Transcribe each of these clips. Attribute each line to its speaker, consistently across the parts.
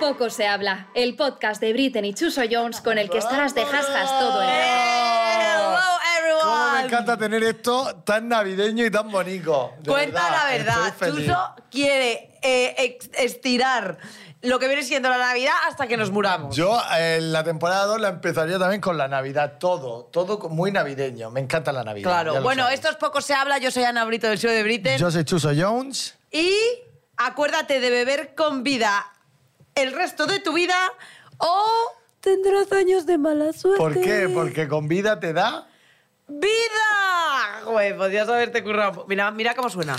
Speaker 1: Poco se habla, el podcast de Britney y Chuso Jones con el que estarás de jasjas
Speaker 2: ¿eh?
Speaker 1: todo el
Speaker 3: Hello, everyone.
Speaker 4: Cómo me encanta tener esto tan navideño y tan bonito. De
Speaker 3: Cuenta
Speaker 4: verdad,
Speaker 3: la verdad.
Speaker 4: estoy feliz.
Speaker 3: Chuso quiere eh, ex- estirar lo que viene siendo la Navidad hasta que nos muramos.
Speaker 4: Yo eh, la temporada 2 la empezaría también con la Navidad, todo, todo co- muy navideño. Me encanta la Navidad. ya
Speaker 3: claro.
Speaker 4: lo
Speaker 3: Bueno,
Speaker 4: sabes.
Speaker 3: esto es poco se habla. Yo soy Ana Brito del show de Britain.
Speaker 4: Yo soy Chuso Jones.
Speaker 3: Y acuérdate de beber con vida el resto de tu vida o
Speaker 2: Tendrás años de mala suerte.
Speaker 4: ¿Por qué? Porque con vida te da...
Speaker 3: vida. Joder, podrías haberte currado. Mira, mira cómo suena.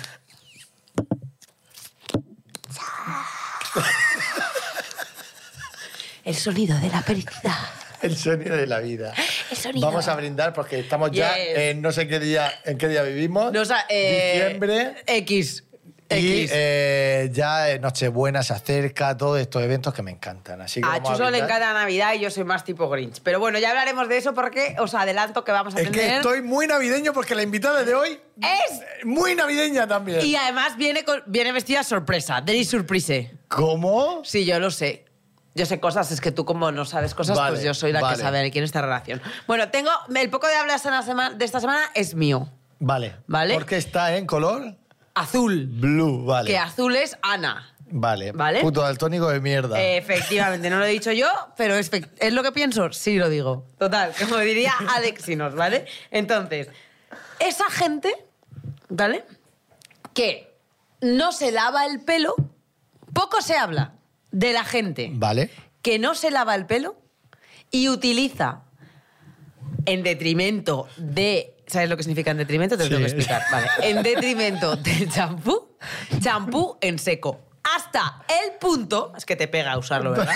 Speaker 3: El sonido de la felicidad.
Speaker 4: El sonido de la vida.
Speaker 2: El sonido.
Speaker 4: Vamos a brindar porque estamos ya
Speaker 3: Yes.
Speaker 4: en no sé qué día, en qué día vivimos.
Speaker 3: No, o sea, eh,
Speaker 4: Diciembre.
Speaker 3: X.
Speaker 4: Y
Speaker 3: X.
Speaker 4: eh, ya eh, Nochebuena se acerca, todos estos eventos que me encantan. Así que
Speaker 3: a
Speaker 4: vamos
Speaker 3: Chuso le
Speaker 4: brindar.
Speaker 3: encanta Navidad y yo soy más tipo Grinch. Pero bueno, ya hablaremos de eso porque os adelanto que vamos a
Speaker 4: Es
Speaker 3: tener...
Speaker 4: que estoy muy navideño porque la invitada de hoy eh,
Speaker 3: Es-
Speaker 4: muy navideña también.
Speaker 3: Y además viene, con- viene vestida sorpresa. Denis Surprise.
Speaker 4: ¿Cómo?
Speaker 3: Sí, yo lo sé. Yo sé cosas, es que tú como no sabes cosas,
Speaker 4: Vale,
Speaker 3: pues yo soy la
Speaker 4: vale.
Speaker 3: que sabe aquí en esta relación. Bueno, tengo... El poco de habla esta sema- de esta semana es mío.
Speaker 4: Vale.
Speaker 3: Vale.
Speaker 4: Porque está en color
Speaker 3: Azul.
Speaker 4: blue, vale.
Speaker 3: Que azul es Ana.
Speaker 4: Vale.
Speaker 3: Vale. Eh,
Speaker 4: Puto daltónico de mierda.
Speaker 3: Efectivamente, no lo he dicho yo, pero es, fe- ¿es lo que pienso, sí lo digo. Total, como diría Alexinos, ¿vale? Entonces, esa gente, ¿vale? Que no se lava el pelo, poco se habla de la gente
Speaker 4: Vale.
Speaker 3: que no se lava el pelo y utiliza en detrimento de... ¿Sabes lo que significa en detrimento? Te lo
Speaker 4: Sí.
Speaker 3: tengo que explicar. Vale. En detrimento del champú, champú en seco. Hasta el punto... Es que te pega usarlo, ¿verdad?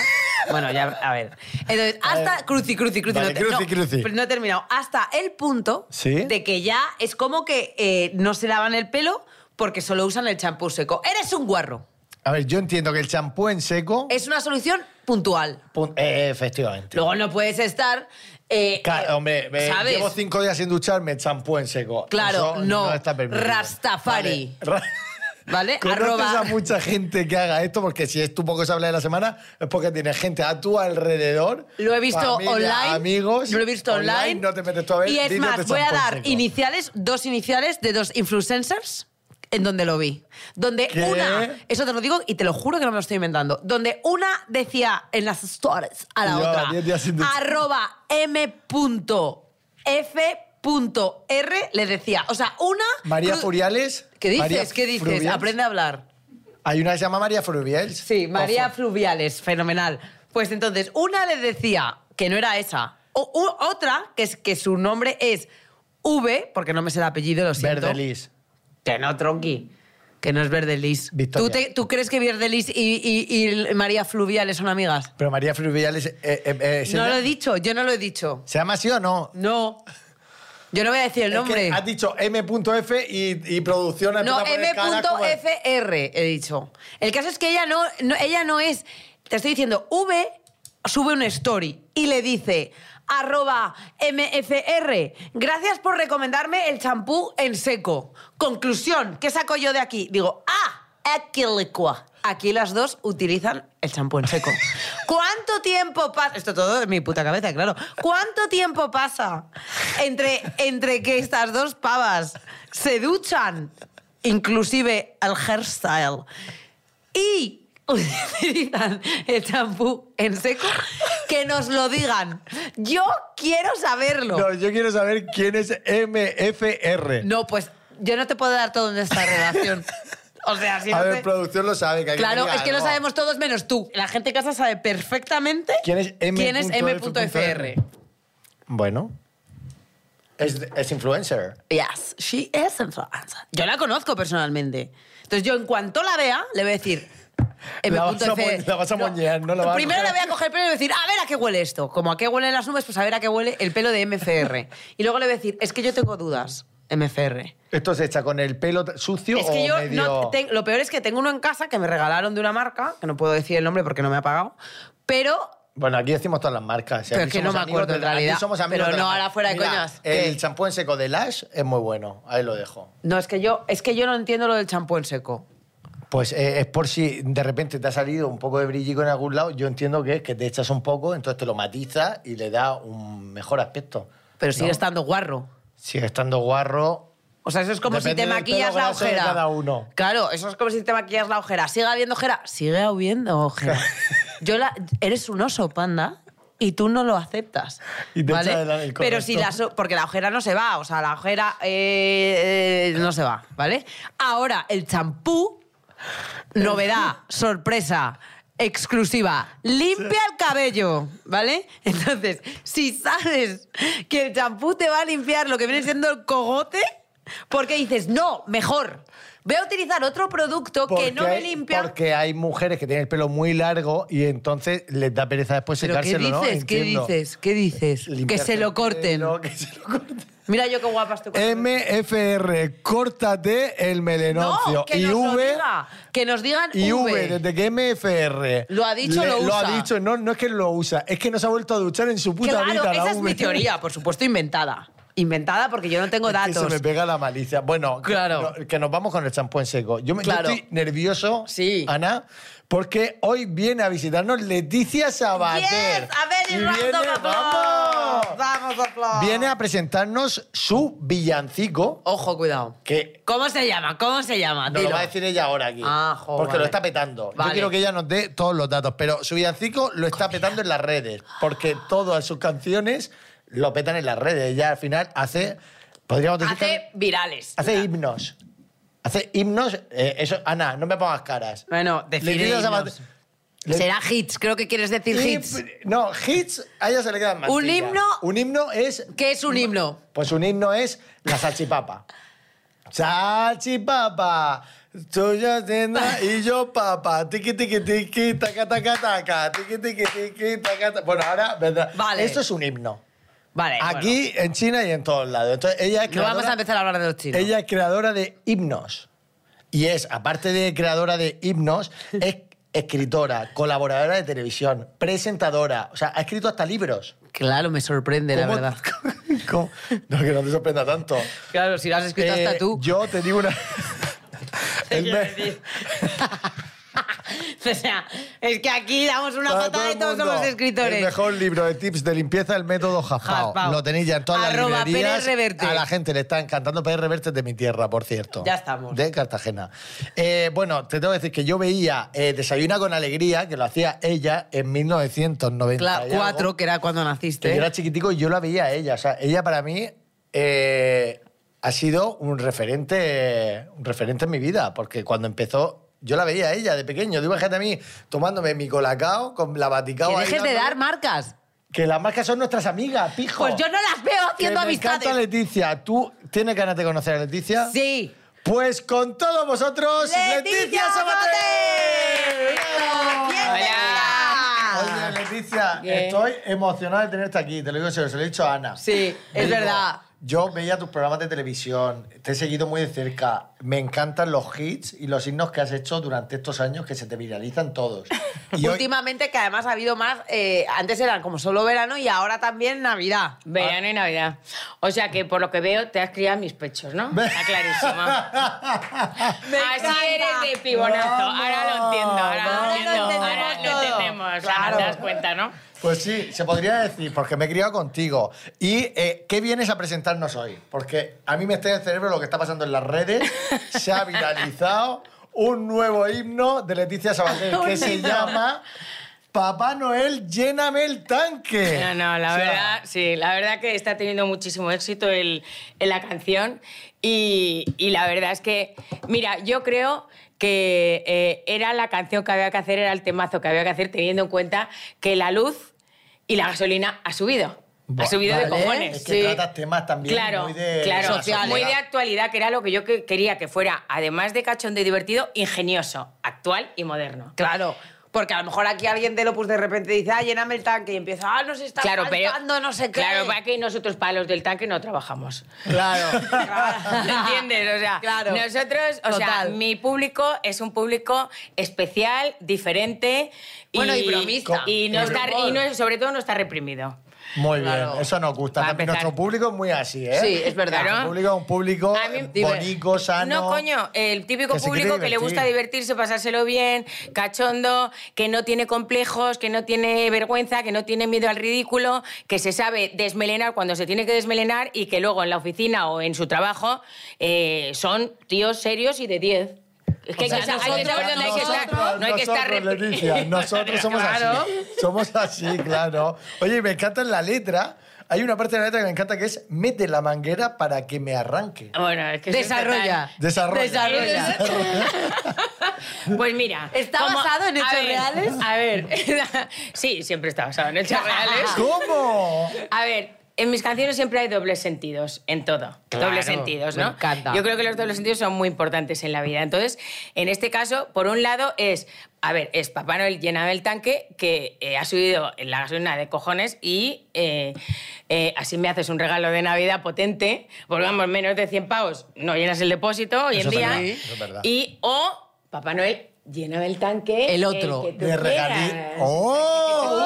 Speaker 3: Bueno, ya, a ver. Entonces, hasta... Cruci, cruci, cruci.
Speaker 4: Vale,
Speaker 3: no, te-
Speaker 4: cruci,
Speaker 3: no,
Speaker 4: cruci.
Speaker 3: pero no he terminado. Hasta el punto
Speaker 4: Sí.
Speaker 3: de que ya es como que eh, no se lavan el pelo porque solo usan el champú seco. Eres un guarro.
Speaker 4: A ver, yo entiendo que el champú en seco.
Speaker 3: Es una solución puntual.
Speaker 4: Pun- eh, efectivamente.
Speaker 3: Luego no puedes estar. eh,
Speaker 4: Ca-
Speaker 3: eh,
Speaker 4: hombre, me-
Speaker 3: ¿sabes?
Speaker 4: llevo cinco días sin ducharme, champú en seco.
Speaker 3: Claro,
Speaker 4: Eso
Speaker 3: no.
Speaker 4: está permitido.
Speaker 3: Rastafari.
Speaker 4: Vale. Ra-
Speaker 3: ¿Vale?
Speaker 4: Conoces
Speaker 3: Arroba-
Speaker 4: a mucha gente que haga esto, porque si es tu poco se habla de la semana, es porque tienes gente a tu alrededor.
Speaker 3: Lo he visto
Speaker 4: familia,
Speaker 3: online.
Speaker 4: Amigos.
Speaker 3: Lo he visto online.
Speaker 4: No te metes tú a ver.
Speaker 3: Y es
Speaker 4: vídeos de
Speaker 3: más, voy a
Speaker 4: champú en
Speaker 3: dar
Speaker 4: seco.
Speaker 3: iniciales, dos iniciales de dos influencers en donde lo vi. Donde
Speaker 4: ¿Qué?
Speaker 3: una, eso te lo digo y te lo juro que no me lo estoy inventando, donde una decía en las stories a la
Speaker 4: Y llevaba
Speaker 3: otra,
Speaker 4: 10 días sin duchar.
Speaker 3: arroba m.f.r, le decía, o sea, una...
Speaker 4: María
Speaker 3: cru-
Speaker 4: Furiales.
Speaker 3: ¿Qué dices?
Speaker 4: María
Speaker 3: ¿Qué dices?
Speaker 4: Fruviels.
Speaker 3: Aprende a hablar.
Speaker 4: Hay una que se llama María Fruviels.
Speaker 3: Sí, María
Speaker 4: Ojo.
Speaker 3: Fluviales, fenomenal. Pues entonces, una le decía que no era esa, o, u- otra que, es, que su nombre es V, porque no me sé el apellido, lo siento.
Speaker 4: Verdelis.
Speaker 3: Que no, tronqui. Que no es Verdelis.
Speaker 4: Victoria.
Speaker 3: ¿Tú, te- tú crees que Verdelis y, y- y María Fluviales son amigas?
Speaker 4: Pero María Fruviales. eh, eh, eh, ¿se
Speaker 3: No
Speaker 4: llama-
Speaker 3: lo he dicho, yo no lo he dicho.
Speaker 4: ¿Se llama así o no?
Speaker 3: No. Yo no voy a decir el
Speaker 4: Es que
Speaker 3: nombre.
Speaker 4: Has dicho M.F y, y producción. ha
Speaker 3: No,
Speaker 4: empezado a poner caras como-
Speaker 3: M.FR, he dicho. El caso es que ella no, no- ella no es. Te estoy diciendo, V sube una story y le dice arroba MFR, gracias por recomendarme el champú en seco. Conclusión, ¿qué saco yo de aquí? Digo, ah, aquí licua. Aquí las dos utilizan el champú en seco. ¿Cuánto tiempo pasa? Esto todo en mi puta cabeza, claro. ¿Cuánto tiempo pasa entre, entre que estas dos pavas se duchan, inclusive el hairstyle, y utilizan el champú en seco? Que nos lo digan. Yo quiero saberlo.
Speaker 4: No, yo quiero saber quién es MFR.
Speaker 3: No, pues yo no te puedo dar todo en esta relación. O sea, si
Speaker 4: a
Speaker 3: no
Speaker 4: ver,
Speaker 3: te-
Speaker 4: producción lo sabe. Que alguien
Speaker 3: Claro,
Speaker 4: diga,
Speaker 3: es que lo
Speaker 4: no.
Speaker 3: sabemos todos menos tú. La gente en casa sabe perfectamente
Speaker 4: ¿Quién es M.F.R.?
Speaker 3: quién es M.F.R.
Speaker 4: Bueno. Es, es influencer.
Speaker 3: Yes, she is influencer. Yo la conozco personalmente. Entonces yo en cuanto la vea, le voy a decir...
Speaker 4: La vas a
Speaker 3: M.F.R..
Speaker 4: mo- la vas a moñear, no la vas a
Speaker 3: Primero
Speaker 4: coger.
Speaker 3: le voy a coger el pelo y le voy a decir, a ver a qué huele esto. Como a qué huelen las nubes, pues a ver a qué huele el pelo de MFR. Y luego le voy a decir, es que yo tengo dudas. MFR.
Speaker 4: ¿Esto se echa con el pelo sucio
Speaker 3: es que
Speaker 4: o
Speaker 3: yo
Speaker 4: medio...?
Speaker 3: no te- lo peor es que tengo uno en casa que me regalaron de una marca, que no puedo decir el nombre porque no me ha pagado, pero
Speaker 4: Bueno, aquí decimos todas las marcas.
Speaker 3: Pero
Speaker 4: aquí
Speaker 3: es que no
Speaker 4: somos
Speaker 3: me
Speaker 4: amigos
Speaker 3: acuerdo,
Speaker 4: de-
Speaker 3: en
Speaker 4: aquí
Speaker 3: realidad.
Speaker 4: somos amigos
Speaker 3: Pero
Speaker 4: de las
Speaker 3: no, ahora
Speaker 4: marcas.
Speaker 3: fuera de
Speaker 4: Mira,
Speaker 3: coñas,
Speaker 4: El
Speaker 3: ¿qué?
Speaker 4: champú en seco de Lash es muy bueno. Ahí lo dejo.
Speaker 3: no es que yo es que yo no entiendo lo del champú en seco.
Speaker 4: Pues eh, es por si de repente te ha salido un poco de brillico en algún lado. Yo entiendo que es que te echas un poco, entonces te lo matizas y le da un mejor aspecto.
Speaker 3: Pero sigue
Speaker 4: No.
Speaker 3: estando guarro.
Speaker 4: Sigue estando guarro.
Speaker 3: O sea, eso es como
Speaker 4: Depende
Speaker 3: si te
Speaker 4: del
Speaker 3: maquillas
Speaker 4: pelo
Speaker 3: la
Speaker 4: graso de
Speaker 3: ojera.
Speaker 4: cada uno.
Speaker 3: Claro, eso es como si te maquillas la ojera. ¿Sigue habiendo ojera? Sigue habiendo ojera. Yo la, eres un oso, panda. Y tú no lo aceptas.
Speaker 4: Y te
Speaker 3: ¿vale?
Speaker 4: echa el- el
Speaker 3: Pero si la
Speaker 4: corrector.
Speaker 3: so- Porque la ojera no se va. O sea, la ojera eh, eh, no se va, ¿vale? Ahora, el champú, novedad, sorpresa, exclusiva. Limpia el cabello, ¿vale? Entonces, si sabes que el champú te va a limpiar lo que viene siendo el cogote, ¿por qué dices, no, mejor? Voy a utilizar otro producto que no me
Speaker 4: Porque-
Speaker 3: limpia.
Speaker 4: Porque hay mujeres que tienen el pelo muy largo y entonces les da pereza después
Speaker 3: ¿Pero qué
Speaker 4: secárselo, ¿no?
Speaker 3: dices? ¿Qué
Speaker 4: Entiendo.
Speaker 3: dices? ¿Qué dices? Que
Speaker 4: Limpiarse
Speaker 3: se lo
Speaker 4: el
Speaker 3: corten.
Speaker 4: pelo, que se lo corten.
Speaker 3: Mira yo qué guapas tú.
Speaker 4: MFR, córtate el melenoncio.
Speaker 3: No, que
Speaker 4: y
Speaker 3: nos lo
Speaker 4: V,
Speaker 3: diga. Que nos digan
Speaker 4: y
Speaker 3: V.
Speaker 4: V, desde que MFR.
Speaker 3: Lo ha dicho, lo
Speaker 4: ha
Speaker 3: usa.
Speaker 4: dicho, no, no es que lo usa, es que no se ha vuelto a duchar en su puta
Speaker 3: Claro,
Speaker 4: vida. la
Speaker 3: esa es
Speaker 4: V.
Speaker 3: mi teoría, por supuesto inventada. Inventada porque yo no tengo
Speaker 4: Es que se
Speaker 3: datos.
Speaker 4: me pega la malicia. Bueno, que-
Speaker 3: Claro.
Speaker 4: no, que nos vamos con el champú en seco. Yo, me, yo
Speaker 3: Claro.
Speaker 4: estoy nervioso,
Speaker 3: Sí.
Speaker 4: Ana, porque hoy viene a visitarnos Leticia Sabater.
Speaker 3: Yes, a ver, y
Speaker 4: Y
Speaker 3: round
Speaker 4: viene,
Speaker 3: of
Speaker 4: vamos.
Speaker 3: applause. Vamos, applause.
Speaker 4: Viene a presentarnos su villancico,
Speaker 3: Ojo, cuidado.
Speaker 4: que
Speaker 3: ¿Cómo se llama? ¿Cómo se llama?
Speaker 4: Nos
Speaker 3: Dilo.
Speaker 4: lo va a decir ella ahora aquí.
Speaker 3: Ah, jo,
Speaker 4: porque
Speaker 3: vale.
Speaker 4: lo está petando.
Speaker 3: Vale.
Speaker 4: Yo quiero que ella nos dé todos los datos. Pero su villancico lo está petando en las redes. Porque todas sus canciones lo petan en las redes. Ella al final hace. Podríamos decir.
Speaker 3: Hace
Speaker 4: que-
Speaker 3: virales.
Speaker 4: hace himnos. Hace himnos. eh, eso, Ana, no me pongas caras.
Speaker 3: Bueno, define
Speaker 4: Leticia
Speaker 3: himnos.
Speaker 4: Sabater- Le-
Speaker 3: Será hits, creo que quieres decir
Speaker 4: Hip-
Speaker 3: hits.
Speaker 4: No, hits, a ella se le quedan más.
Speaker 3: Un himno-
Speaker 4: Un himno es
Speaker 3: ¿Qué es un himno?
Speaker 4: Pues un himno es la salchipapa. Salchipapa, tú ya cena y yo papa. Tiki, tiki, tiki, taca, taca, taca. Tiki, tiki, tiki, taca, taca. Bueno, ahora, ¿verdad?
Speaker 3: Vale.
Speaker 4: Esto es un himno.
Speaker 3: Vale.
Speaker 4: Aquí, en China y en todos lados. Entonces, ella es
Speaker 3: bueno. no
Speaker 4: creadora,
Speaker 3: vamos a empezar a hablar de los chinos.
Speaker 4: ella es creadora de himnos. Y es, aparte de creadora de himnos, es escritora, colaboradora de televisión, presentadora. O sea, ha escrito hasta libros.
Speaker 3: Claro, me sorprende, la
Speaker 4: ¿Cómo-
Speaker 3: verdad.
Speaker 4: cómo- No, que no te sorprenda tanto.
Speaker 3: Claro, si lo has escrito
Speaker 4: Eh,
Speaker 3: hasta tú.
Speaker 4: Yo te digo una. El
Speaker 3: quiero
Speaker 4: me-
Speaker 3: decir. o sea, es que aquí damos una
Speaker 4: para
Speaker 3: patada
Speaker 4: todo
Speaker 3: y
Speaker 4: el
Speaker 3: todos
Speaker 4: mundo,
Speaker 3: somos escritores.
Speaker 4: El mejor libro de tips de limpieza, el método Jaspao.
Speaker 3: Jaspao.
Speaker 4: Lo tenéis ya en todas
Speaker 3: Arroba
Speaker 4: las librerías.
Speaker 3: Pérez Reverte.
Speaker 4: A la gente le está encantando Pérez Reverte es de mi tierra, por cierto.
Speaker 3: Ya estamos.
Speaker 4: De Cartagena. Eh, bueno, te tengo que decir que yo veía eh, Desayuna con Alegría, que lo hacía ella en 1990. y
Speaker 3: Claro,
Speaker 4: algo.
Speaker 3: cuatro, que era cuando
Speaker 4: Que
Speaker 3: naciste.
Speaker 4: yo era chiquitico y yo la veía a ella. O sea, ella para mí eh, ha sido un referente, un referente en mi vida, porque cuando empezó. Yo la veía a ella de pequeño. Tú imagínate a mí tomándome mi colacao con la Vaticao.
Speaker 3: que
Speaker 4: ahí
Speaker 3: dejes de
Speaker 4: dándole-
Speaker 3: dar marcas.
Speaker 4: Que las marcas son nuestras amigas, pijo.
Speaker 3: Pues yo no las veo
Speaker 4: Que
Speaker 3: haciendo
Speaker 4: me encanta
Speaker 3: amistades.
Speaker 4: Leticia. ¿Tú tienes ganas de conocer a Leticia?
Speaker 3: Sí.
Speaker 4: Pues con todos vosotros, Leticia, Sabater. Oye, Leticia,
Speaker 3: ¿Qué?
Speaker 4: estoy emocionado de tenerte aquí. Te lo digo en serio, se lo he dicho a Ana.
Speaker 3: Sí,
Speaker 4: Te
Speaker 3: es
Speaker 4: digo,
Speaker 3: verdad.
Speaker 4: Yo veía tus programas de televisión, te he seguido muy de cerca. Me encantan los hits y los himnos que has hecho durante estos años que se te viralizan todos. Y hoy-
Speaker 3: Últimamente, que además ha habido más. eh, antes eran como solo verano y ahora también Navidad.
Speaker 5: Verano y Navidad. O sea que por lo que veo te has criado en mis pechos, ¿no? Está clarísimo. Así
Speaker 3: encanta.
Speaker 5: eres de pibonazo. ahora lo entiendo, ahora
Speaker 3: Vamos,
Speaker 5: lo entiendo.
Speaker 3: vamos.
Speaker 5: Ahora lo
Speaker 3: Claro.
Speaker 5: entendemos. Claro. te das cuenta, ¿no?
Speaker 4: Pues sí, se podría decir, porque me he criado contigo. ¿Y eh, qué vienes a presentarnos hoy? Porque a mí me está en el cerebro lo que está pasando en las redes. Se ha viralizado un nuevo himno de Leticia Sabater que se llama Papá Noel, lléname el tanque.
Speaker 5: No, no, la
Speaker 4: O sea,
Speaker 5: verdad, sí, la verdad que está teniendo muchísimo éxito el, en la canción y, y la verdad es que, mira, yo creo que eh, era la canción que había que hacer, era el temazo que había que hacer teniendo en cuenta que la luz y la gasolina ha subido. Ha
Speaker 4: Buah,
Speaker 5: subido de
Speaker 4: vale.
Speaker 5: cojones.
Speaker 4: Es que tratas temas también
Speaker 5: claro,
Speaker 4: muy de
Speaker 5: claro,
Speaker 4: sociales.
Speaker 5: muy de actualidad, que era lo que yo que- quería que fuera, además de cachondo y divertido, ingenioso, actual y moderno.
Speaker 3: Claro. Porque a lo mejor aquí alguien de Opus de repente dice, ah, lléname el tanque y empieza, ah, nos está
Speaker 5: Claro, pero.
Speaker 3: faltando no sé qué.
Speaker 5: Claro, para que nosotros para los del tanque no trabajamos.
Speaker 4: Claro.
Speaker 5: ¿Me entiendes? O sea,
Speaker 3: Claro.
Speaker 5: nosotros, o sea,
Speaker 3: Total.
Speaker 5: mi público es un público especial, diferente.
Speaker 3: Bueno, y bromista.
Speaker 5: Y, no
Speaker 4: Y
Speaker 5: está,
Speaker 4: bromón.
Speaker 5: y no- sobre todo no está reprimido.
Speaker 4: Muy
Speaker 3: Claro.
Speaker 4: bien, eso nos gusta.
Speaker 5: Para empezar.
Speaker 4: Nuestro público es muy así, ¿eh?
Speaker 3: Sí, es verdad.
Speaker 4: Nuestro
Speaker 5: Claro.
Speaker 4: público es un público
Speaker 5: A mí-
Speaker 4: Eh, bonito, sano.
Speaker 5: No, coño, el típico
Speaker 4: que se quiere
Speaker 5: público que le gusta divertirse, pasárselo bien, cachondo, que no tiene complejos, que no tiene vergüenza, que no tiene miedo al ridículo, que se sabe desmelenar cuando se tiene que desmelenar y que luego en la oficina o en su trabajo eh, son tíos serios y de 10. Es que
Speaker 4: O sea,
Speaker 5: hay que saber- hay que saber dónde hay que estar.
Speaker 4: nosotros-
Speaker 5: No hay que estar
Speaker 4: nosotros,
Speaker 5: repri-
Speaker 4: Leticia, nosotros somos
Speaker 5: Claro.
Speaker 4: así. Somos así, claro. Oye, y me encanta en la letra. Hay una parte de la letra que me encanta que es mete la manguera para que me arranque.
Speaker 5: Bueno, es que eso es
Speaker 3: Desarrolla.
Speaker 4: Desarrolla.
Speaker 3: Desarrolla.
Speaker 5: Pues mira.
Speaker 3: ¿Está basado en
Speaker 5: a
Speaker 3: hechos
Speaker 5: ver,
Speaker 3: reales?
Speaker 5: A ver. sí, siempre está basado en hechos reales.
Speaker 4: ¿Cómo?
Speaker 5: A ver, en mis canciones siempre hay dobles sentidos, en todo.
Speaker 3: Claro,
Speaker 5: dobles sentidos, ¿no?
Speaker 3: me encanta.
Speaker 5: Yo creo que los dobles sentidos son muy importantes en la vida. Entonces, en este caso, por un lado es, a ver, es Papá Noel llenado el tanque que eh, ha subido en la gasolina de cojones y eh, eh, así me haces un regalo de Navidad potente, porque vamos, menos de 100 pavos, no llenas el depósito hoy
Speaker 4: Eso
Speaker 5: en
Speaker 4: es
Speaker 5: día.
Speaker 4: verdad, eso es verdad.
Speaker 5: Y o Papá Noel llena el tanque.
Speaker 3: El otro.
Speaker 5: que tú
Speaker 4: De regalí.
Speaker 5: quieras.
Speaker 4: ¡Oh!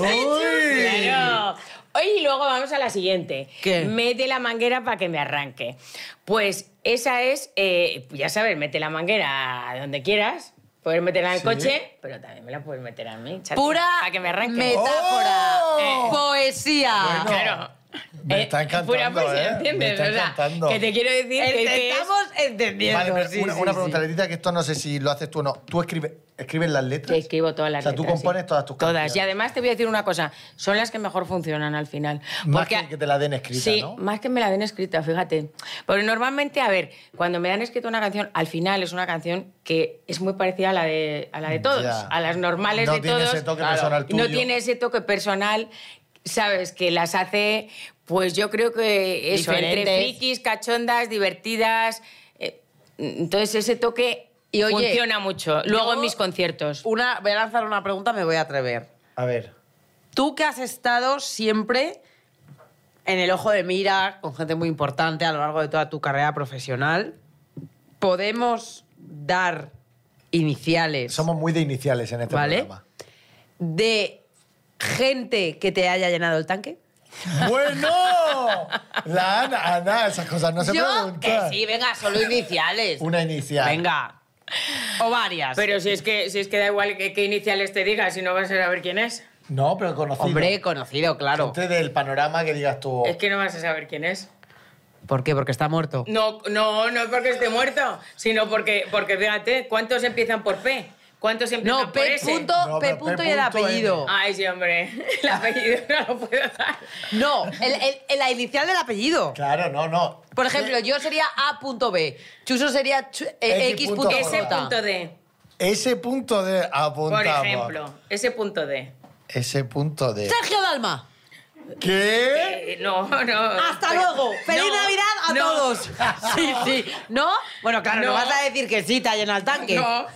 Speaker 4: ¡Uy!
Speaker 5: Claro. Oye, y luego vamos a la siguiente.
Speaker 3: ¿Qué?
Speaker 5: Mete la manguera para que me arranque. Pues esa es, eh, ya sabes, mete la manguera a donde quieras. Puedes meterla en el
Speaker 4: Sí.
Speaker 5: coche, pero también me la puedes meter a mí. chati,
Speaker 3: Pura
Speaker 5: Para que me arranque.
Speaker 3: metáfora. Eh.
Speaker 4: ¡Oh!
Speaker 3: Poesía.
Speaker 4: Bueno.
Speaker 5: Claro.
Speaker 4: Ah, Me
Speaker 5: Eh,
Speaker 4: está encantando,
Speaker 5: Pura poesía,
Speaker 4: ¿eh? Me
Speaker 5: ¿entiendes?
Speaker 4: está
Speaker 5: O sea,
Speaker 4: encantando.
Speaker 5: que te quiero decir que, que es-
Speaker 3: Estamos entendiendo.
Speaker 4: Vale, pero
Speaker 3: sí,
Speaker 4: una,
Speaker 3: sí,
Speaker 4: una
Speaker 3: sí.
Speaker 4: pregunta, Leticia, que esto no sé si lo haces tú o no. ¿Tú escribes, escribes las letras?
Speaker 5: Yo escribo todas las
Speaker 4: O sea, tú
Speaker 5: letras, sí.
Speaker 4: compones todas tus canciones.
Speaker 5: Todas. Y además te voy a decir una cosa. Son las que mejor funcionan al final.
Speaker 4: Más
Speaker 5: Porque-
Speaker 4: que que te la den escrita,
Speaker 5: sí,
Speaker 4: ¿no?
Speaker 5: más que me la den escrita, fíjate. Porque normalmente, a ver, cuando me dan escrita una canción, al final es una canción que es muy parecida a la de, a la de todos,
Speaker 4: Mm, Ya.
Speaker 5: a las normales
Speaker 4: No
Speaker 5: de
Speaker 4: tiene
Speaker 5: todos.
Speaker 4: ese toque personal
Speaker 5: Y No
Speaker 4: tuyo.
Speaker 5: tiene ese toque personal, ¿sabes? Que las hace, pues yo creo que eso, entre
Speaker 3: Diferentes.
Speaker 5: frikis, cachondas, divertidas. eh, Entonces ese toque
Speaker 3: Y oye,
Speaker 5: funciona mucho. Luego
Speaker 3: yo-
Speaker 5: en mis conciertos.
Speaker 3: Una, voy a lanzar una pregunta, me voy a atrever.
Speaker 4: A ver.
Speaker 3: Tú que has estado siempre en el ojo de mira con gente muy importante a lo largo de toda tu carrera profesional, podemos dar iniciales
Speaker 4: Somos muy de iniciales en este
Speaker 3: Vale.
Speaker 4: programa.
Speaker 3: de gente que te haya llenado el tanque.
Speaker 4: ¡Bueno! La Ana, Ana, esas cosas no se
Speaker 5: eh,
Speaker 4: preguntan.
Speaker 3: venga, solo iniciales.
Speaker 4: Una inicial.
Speaker 3: Venga. O varias.
Speaker 5: Pero si es que, si es que da igual qué qué iniciales te digas, si no vas a saber quién es.
Speaker 4: No, pero conocido.
Speaker 3: Hombre, conocido, claro.
Speaker 4: Gente del panorama que digas tú.
Speaker 5: Es que no vas a saber quién es.
Speaker 3: ¿Por qué? Porque está muerto.
Speaker 5: No, no, no es porque esté muerto, sino porque, porque fíjate, ¿cuántos empiezan por P? ¿Cuántos empiezan
Speaker 3: No, Ah.
Speaker 5: por
Speaker 3: P.
Speaker 5: S?
Speaker 3: Punto,
Speaker 4: No,
Speaker 3: P.
Speaker 4: pero
Speaker 3: Punto y
Speaker 4: P
Speaker 3: el
Speaker 4: punto N.
Speaker 3: apellido.
Speaker 5: Ay, sí, hombre, el apellido no lo puedo dar.
Speaker 3: No, el- el- el- la inicial del apellido.
Speaker 4: Claro, no, no.
Speaker 3: Por ejemplo, yo sería A.B. Chuso sería X.J.
Speaker 4: X punto
Speaker 5: Ese
Speaker 4: Jota.
Speaker 5: punto D,
Speaker 4: Ese punto de
Speaker 5: por
Speaker 4: apuntamos.
Speaker 5: ejemplo, ese punto D.
Speaker 4: Ese punto de.
Speaker 3: Sergio Dalma.
Speaker 4: ¿Qué?
Speaker 5: Eh, no, no.
Speaker 3: Hasta
Speaker 5: Pero-
Speaker 3: luego. Feliz
Speaker 5: No,
Speaker 3: Navidad a
Speaker 5: no.
Speaker 3: todos. Sí, sí. ¿No? Bueno, claro, no.
Speaker 5: No.
Speaker 3: vas a decir que sí, te ha llenado el tanque.
Speaker 5: No,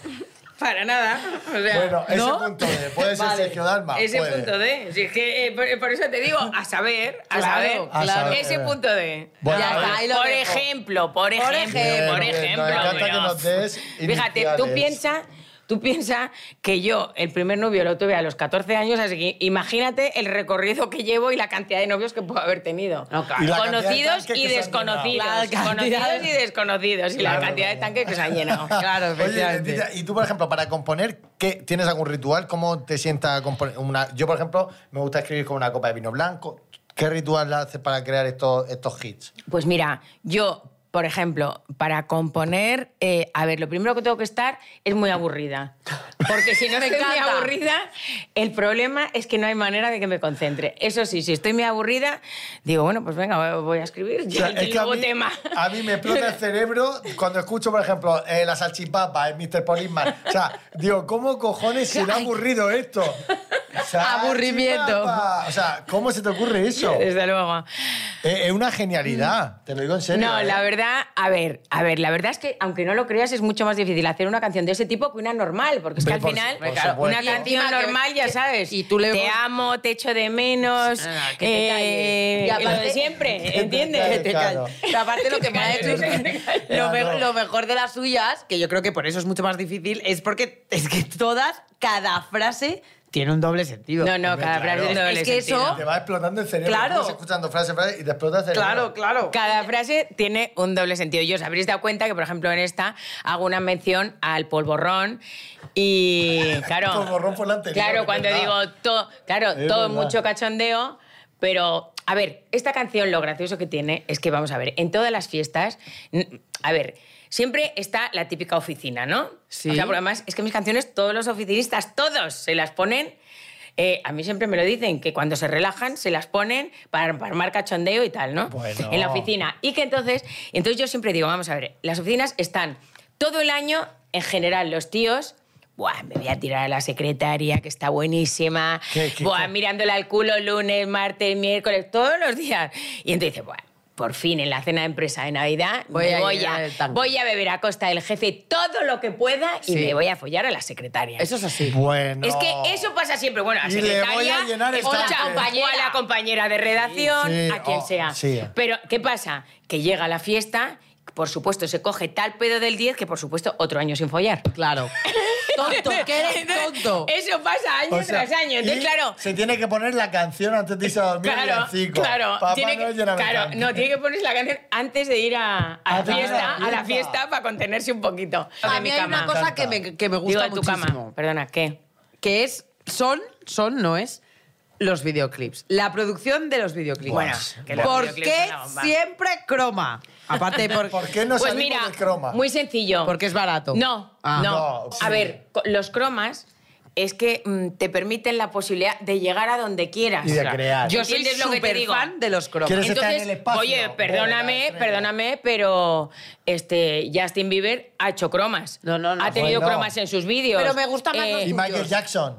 Speaker 5: para nada. O sea,
Speaker 4: Bueno, pues. ese
Speaker 3: ¿No?
Speaker 4: punto de. Puede ser
Speaker 3: Vale.
Speaker 4: Sergio Dalma.
Speaker 5: Ese
Speaker 4: Puede.
Speaker 5: punto D. Si es que, eh, por, por eso te digo, a saber, a
Speaker 3: Claro,
Speaker 5: saber,
Speaker 4: A saber.
Speaker 5: ese punto D.
Speaker 4: Bueno,
Speaker 3: Ya
Speaker 4: a
Speaker 3: está,
Speaker 4: ver.
Speaker 3: ahí lo
Speaker 5: por
Speaker 3: dejo.
Speaker 5: ejemplo, por
Speaker 3: Por
Speaker 5: ejemplo,
Speaker 3: ejemplo.
Speaker 5: por
Speaker 4: Bien, bien,
Speaker 5: ejemplo.
Speaker 4: nos encanta
Speaker 5: pero-
Speaker 4: que nos des
Speaker 5: Fíjate, tú
Speaker 4: iniciales.
Speaker 5: piensas, tú piensa que yo el primer novio lo tuve a los 14 años, así que imagínate el recorrido que llevo y la cantidad de novios que puedo haber tenido.
Speaker 3: No, claro.
Speaker 4: Y la cantidad de
Speaker 5: Conocidos
Speaker 4: tanques
Speaker 5: y
Speaker 4: que se han
Speaker 5: desconocidos.
Speaker 3: llenado. La cantidad-
Speaker 5: Conocidos y desconocidos. Y la
Speaker 4: Claro,
Speaker 5: cantidad de
Speaker 4: claro.
Speaker 5: tanques que se han llenado.
Speaker 3: Claro,
Speaker 4: Oye,
Speaker 3: efectivamente.
Speaker 4: Leticia, y tú, por ejemplo, para componer, ¿qué, ¿tienes algún ritual? ¿Cómo te sientas a componer? Una, yo, por ejemplo, me gusta escribir con una copa de vino blanco. ¿Qué ritual haces para crear estos, estos hits?
Speaker 5: Pues mira, yo, por ejemplo, para componer, eh, a ver, lo primero que tengo que estar es muy aburrida. Porque si no
Speaker 3: Me
Speaker 5: estoy muy
Speaker 3: encanta.
Speaker 5: aburrida, el problema es que no hay manera de que me concentre. Eso sí, si estoy muy aburrida, digo, bueno, pues venga, voy a escribir
Speaker 4: O sea,
Speaker 5: ya el
Speaker 4: a
Speaker 5: nuevo
Speaker 4: mí,
Speaker 5: tema.
Speaker 4: a mí me explota el cerebro cuando escucho, por ejemplo, eh, la salchipapa, el Mr. Polisman. O sea, digo, ¿cómo cojones será aburrido esto? Sachi
Speaker 3: Aburrimiento.
Speaker 4: Mapa. O sea, ¿cómo se te ocurre eso? Eh,
Speaker 5: Desde luego.
Speaker 4: Es una genialidad, te lo digo en serio.
Speaker 5: No,
Speaker 4: ¿eh?
Speaker 5: la verdad, a ver, a ver, la verdad es que aunque no lo creas es mucho más difícil hacer una canción de ese tipo que una normal, porque es que
Speaker 4: Pero
Speaker 5: al
Speaker 4: por
Speaker 5: final
Speaker 4: su- por
Speaker 5: claro,
Speaker 4: supuesto.
Speaker 5: una canción
Speaker 3: Encima que-
Speaker 5: normal ya
Speaker 3: que-
Speaker 5: sabes,
Speaker 3: y tú le
Speaker 5: te
Speaker 3: hemos-
Speaker 5: amo, te echo de menos,
Speaker 3: Ah, que te
Speaker 5: eh,
Speaker 3: calles. Y
Speaker 5: lo de
Speaker 3: aparte-
Speaker 5: siempre,
Speaker 4: calles,
Speaker 5: ¿entiendes?
Speaker 4: Que te Claro. calles.
Speaker 3: Pero aparte lo que me ha hecho es que lo,
Speaker 4: Ya,
Speaker 3: me-
Speaker 4: no.
Speaker 3: lo mejor de las suyas, que yo creo que por eso es mucho más difícil, es porque es que todas, cada frase tiene un doble sentido.
Speaker 5: No, no,
Speaker 4: Hombre,
Speaker 5: cada
Speaker 4: claro.
Speaker 5: frase tiene
Speaker 3: Es
Speaker 5: doble
Speaker 3: que
Speaker 5: sentido.
Speaker 3: eso-
Speaker 4: Te va explotando el cerebro.
Speaker 3: Claro.
Speaker 4: tú vas escuchando frases, frases y te explota el cerebro.
Speaker 3: Claro, claro.
Speaker 5: Cada frase tiene un doble sentido. Y os habréis dado cuenta que, por ejemplo, en esta hago una mención al polvorrón y, claro...
Speaker 4: Polvorrón fue la anterior,
Speaker 5: Claro,
Speaker 4: es
Speaker 5: cuando
Speaker 4: verdad.
Speaker 5: digo todo, claro,
Speaker 4: Es verdad.
Speaker 5: todo mucho cachondeo, pero, a ver, esta canción lo gracioso que tiene es que, vamos a ver, en todas las fiestas, n- a ver... Siempre está la típica oficina, ¿no?
Speaker 3: Sí.
Speaker 5: O sea, porque además es que mis canciones, todos los oficinistas, todos se las ponen eh, a mí siempre me lo dicen, que cuando se relajan se las ponen para, para armar cachondeo y tal, ¿no?
Speaker 4: Bueno.
Speaker 5: En la oficina. Y que entonces, entonces yo siempre digo, vamos a ver, las oficinas están todo el año, en general, los tíos... Buah, me voy a tirar a la secretaria, que está buenísima.
Speaker 4: ¿Qué, qué,
Speaker 5: Buah,
Speaker 4: qué?
Speaker 5: mirándola al culo lunes, martes, miércoles, todos los días. Y entonces dice, buah, por fin en la cena de empresa de Navidad
Speaker 3: Voy
Speaker 5: me
Speaker 3: a
Speaker 5: voy,
Speaker 3: llenar el
Speaker 5: a,
Speaker 3: tanque.
Speaker 5: voy a beber a costa del jefe todo lo que pueda
Speaker 3: Sí.
Speaker 5: y me voy a follar a la secretaria.
Speaker 3: Eso es así.
Speaker 4: Bueno.
Speaker 5: Es que eso pasa siempre. Bueno, a la
Speaker 4: Y le
Speaker 5: secretaria,
Speaker 4: voy a llenar el
Speaker 5: o, la
Speaker 4: tanque.
Speaker 5: compañera, o a la compañera de redacción,
Speaker 4: Sí, sí,
Speaker 5: a quien
Speaker 4: oh,
Speaker 5: sea.
Speaker 4: sí.
Speaker 5: Pero, ¿qué pasa? Que llega la fiesta, por supuesto, se coge tal pedo del 10 que, por supuesto, otro año sin follar.
Speaker 3: Claro. Tonto, que eres tonto.
Speaker 5: Eso pasa año
Speaker 4: O sea,
Speaker 5: tras año. Entonces,
Speaker 4: y
Speaker 5: claro...
Speaker 4: Se tiene que poner la canción antes de irse a dormir a
Speaker 5: Claro,
Speaker 4: las cinco.
Speaker 5: claro,
Speaker 4: Papá
Speaker 5: tiene que,
Speaker 4: Noel lléname el
Speaker 5: claro,
Speaker 4: tanque.
Speaker 5: no, tiene que ponerse la canción antes de ir a, a la
Speaker 4: Antes de ir a Ah, la
Speaker 5: fiesta, a la
Speaker 4: fiesta.
Speaker 5: fiesta para contenerse un poquito.
Speaker 3: A
Speaker 5: De
Speaker 3: mí
Speaker 5: mi
Speaker 3: hay una
Speaker 5: cama.
Speaker 3: cosa que me, que me
Speaker 5: Digo,
Speaker 3: gusta
Speaker 5: de tu
Speaker 3: muchísimo,
Speaker 5: cama. Perdona, ¿qué?
Speaker 3: que es, son, son, no es, los videoclips. La producción de los videoclips.
Speaker 5: Bueno, que los
Speaker 3: ¿Por
Speaker 5: videoclips
Speaker 3: qué
Speaker 5: son la bomba.
Speaker 3: siempre croma? Aparte, por,
Speaker 4: ¿Por qué no
Speaker 5: Pues
Speaker 4: salimos
Speaker 5: mira,
Speaker 4: de croma?
Speaker 5: muy sencillo.
Speaker 3: porque es barato.
Speaker 5: No,
Speaker 3: Ah.
Speaker 5: no.
Speaker 4: No,
Speaker 5: A
Speaker 4: sí.
Speaker 5: ver, co- los cromas es que mm, te permiten la posibilidad de llegar a donde quieras.
Speaker 4: Y de crear.
Speaker 3: Yo soy
Speaker 5: ¿Entiendes lo que te
Speaker 3: súper
Speaker 5: digo?
Speaker 3: fan de los cromas.
Speaker 4: ¿Quieres estar
Speaker 5: Entonces,
Speaker 4: en el espacio?
Speaker 5: oye,
Speaker 4: Vuela,
Speaker 5: perdóname,
Speaker 4: estrella.
Speaker 5: perdóname, pero este Justin Bieber ha hecho cromas.
Speaker 3: No, no, no.
Speaker 5: Ha tenido
Speaker 4: Bueno.
Speaker 5: cromas en sus vídeos.
Speaker 3: Pero me gusta más los
Speaker 4: Y Michael
Speaker 3: tuyos.
Speaker 4: Jackson.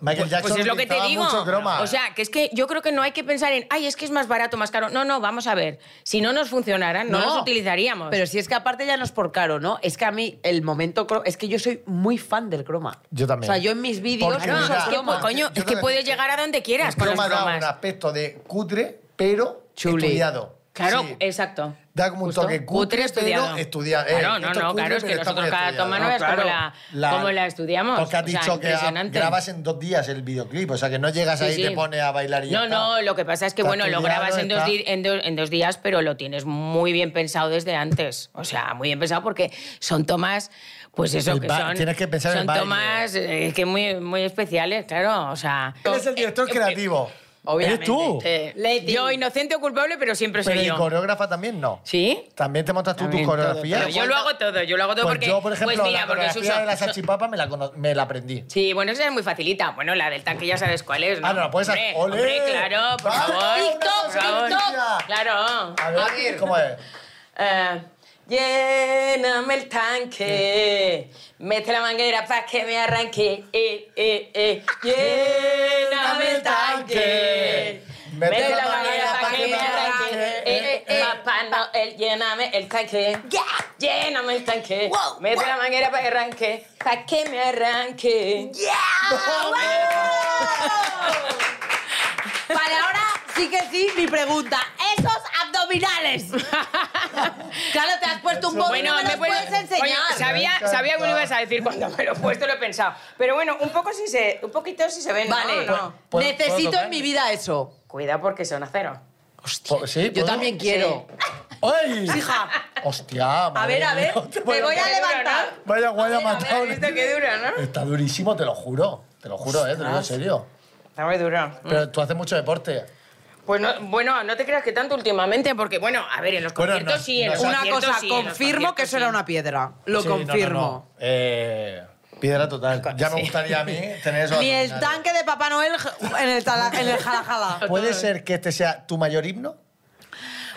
Speaker 4: Michael
Speaker 5: pues-
Speaker 4: Jackson
Speaker 5: pues es lo que te
Speaker 4: utilizaba
Speaker 5: digo.
Speaker 4: mucho croma.
Speaker 5: O sea, que es que yo creo que no hay que pensar en, ay, es que es más barato, más caro. No, no, vamos a ver. Si no nos funcionaran, no, los utilizaríamos.
Speaker 3: Pero si es que aparte ya no es por caro, ¿no? Es que a mí el momento cro- es que yo soy muy fan del croma.
Speaker 4: Yo también.
Speaker 3: O sea, yo en mis vídeos
Speaker 4: Porque
Speaker 5: Claro,
Speaker 3: uso
Speaker 4: mira,
Speaker 5: es que,
Speaker 3: croma.
Speaker 5: pues, coño,
Speaker 4: Yo
Speaker 5: es que
Speaker 4: también-
Speaker 5: puedes llegar a donde quieras
Speaker 4: el
Speaker 5: con
Speaker 4: croma
Speaker 5: las
Speaker 4: da un
Speaker 5: cromas.
Speaker 4: aspecto de cutre, pero
Speaker 3: Chuli.
Speaker 4: estudiado.
Speaker 5: Claro,
Speaker 4: Sí.
Speaker 5: exacto.
Speaker 4: Da como un
Speaker 5: Justo.
Speaker 4: toque cutre,
Speaker 5: estudiado.
Speaker 4: pero estudiado. Eh,
Speaker 5: Claro, no,
Speaker 4: esto es
Speaker 5: no,
Speaker 4: cutre,
Speaker 5: claro, es que
Speaker 4: pero está
Speaker 5: nosotros
Speaker 4: muy
Speaker 5: cada
Speaker 4: estudiado.
Speaker 5: toma
Speaker 4: No,
Speaker 5: no, veas
Speaker 4: claro.
Speaker 5: cómo, la, cómo la estudiamos.
Speaker 4: Porque has
Speaker 5: O sea,
Speaker 4: dicho que a-
Speaker 5: impresionante.
Speaker 4: grabas en dos días el videoclip, o sea que no llegas
Speaker 5: Sí,
Speaker 4: ahí y
Speaker 5: sí.
Speaker 4: te pones a bailar y ya
Speaker 5: No,
Speaker 4: está.
Speaker 5: no, lo que pasa es que,
Speaker 4: Está
Speaker 5: bueno, lo
Speaker 4: estudiado,
Speaker 5: grabas en dos,
Speaker 4: está-
Speaker 5: di- en, dos, en dos días, pero lo tienes muy bien pensado desde antes. O sea, muy bien pensado porque son tomas, pues eso,
Speaker 4: El
Speaker 5: que
Speaker 4: ba-
Speaker 5: son...
Speaker 4: tienes que pensar en
Speaker 5: Son
Speaker 4: el baile.
Speaker 5: tomas eh, que muy, muy especiales, claro, o sea...
Speaker 4: Eres el director
Speaker 5: Eh, eh,
Speaker 4: creativo.
Speaker 5: Obviamente.
Speaker 4: Eres tú.
Speaker 5: Eh, yo inocente o culpable, pero siempre soy
Speaker 4: Pero y
Speaker 5: yo.
Speaker 4: coreógrafa también no.
Speaker 5: ¿Sí?
Speaker 4: También te montas tú tus
Speaker 5: También todo,
Speaker 4: coreografías.
Speaker 5: todo. Yo lo hago todo, yo lo hago todo
Speaker 4: Pues
Speaker 5: porque...
Speaker 4: yo, por ejemplo,
Speaker 5: pues mira,
Speaker 4: la
Speaker 5: porque
Speaker 4: coreografía
Speaker 5: Suso-
Speaker 4: de la
Speaker 5: Suso-
Speaker 4: salchipapa me la, cono- me la aprendí.
Speaker 5: Sí, bueno, esa es muy facilita. Bueno, la del tanque ya sabes cuál es, ¿no?
Speaker 4: Ah, no, la puedes
Speaker 5: Hombre,
Speaker 4: hacer. ¡Olé!
Speaker 5: hombre, claro, por
Speaker 4: ¡Vale,
Speaker 5: favor.
Speaker 4: una cosa
Speaker 5: por favor.
Speaker 4: sencilla!
Speaker 5: Claro.
Speaker 4: A ver, ¿cómo es?
Speaker 5: Eh, lléname el tanque, mete la manguera para que me arranque. Eh, eh, eh. Lléname el tanque. Mete la manguera para que me arranque. Eh, eh, eh. Papá Noel, lléname el tanque. Lléname el tanque. Mete la manguera para que arranque. Para que me arranque.
Speaker 3: Vale, ahora sí que sí, mi pregunta. Esos abdominales. claro, te has puesto un poco
Speaker 5: Bueno,
Speaker 3: me
Speaker 5: me
Speaker 3: los
Speaker 5: puedes-
Speaker 3: puedes enseñar.
Speaker 5: Oye, sabía,
Speaker 4: Me
Speaker 5: sabía que lo
Speaker 4: encanta.
Speaker 5: ibas a decir cuando me lo he puesto, lo he pensado. Pero bueno, un poco sí se, un poquito sí se ven. ¿no?
Speaker 3: vale,
Speaker 5: No,
Speaker 4: ¿Puedo- puedo
Speaker 3: necesito
Speaker 4: tocar?
Speaker 3: en mi vida eso.
Speaker 5: Cuidado porque son acero.
Speaker 4: Po- Pues ¿sí?
Speaker 3: Yo
Speaker 4: ¿puedo?
Speaker 3: también quiero.
Speaker 4: ¡Ay!
Speaker 3: Hija,
Speaker 4: ¡Hostia!
Speaker 3: a
Speaker 4: madre
Speaker 3: ver, a
Speaker 4: mía,
Speaker 3: ver,
Speaker 4: te
Speaker 3: te voy a levantar.
Speaker 4: Vaya guaya matado.
Speaker 5: ¿Has visto qué duro, no?
Speaker 4: Está durísimo, te lo juro. Te lo juro, eh, te lo digo en serio.
Speaker 5: Está muy duro.
Speaker 4: Pero tú haces mucho deporte.
Speaker 5: Pues no, bueno, no te creas que tanto últimamente, porque bueno, a ver, en los
Speaker 4: Bueno,
Speaker 5: conciertos
Speaker 4: no,
Speaker 5: sí, en
Speaker 4: no,
Speaker 5: los
Speaker 4: o sea,
Speaker 3: Una
Speaker 5: conciertos
Speaker 3: cosa,
Speaker 5: sí, en los
Speaker 3: confirmo que
Speaker 5: conciertos
Speaker 3: eso era
Speaker 5: sí.
Speaker 3: una piedra. Lo
Speaker 4: Sí, no, no,
Speaker 3: confirmo.
Speaker 4: no. Eh, piedra total. Ya me gustaría a mí tener eso.
Speaker 3: Ni el
Speaker 4: abdominales.
Speaker 3: tanque de Papá Noel en el, tala- en el jalajala.
Speaker 4: ¿Puede ser que este sea tu mayor himno?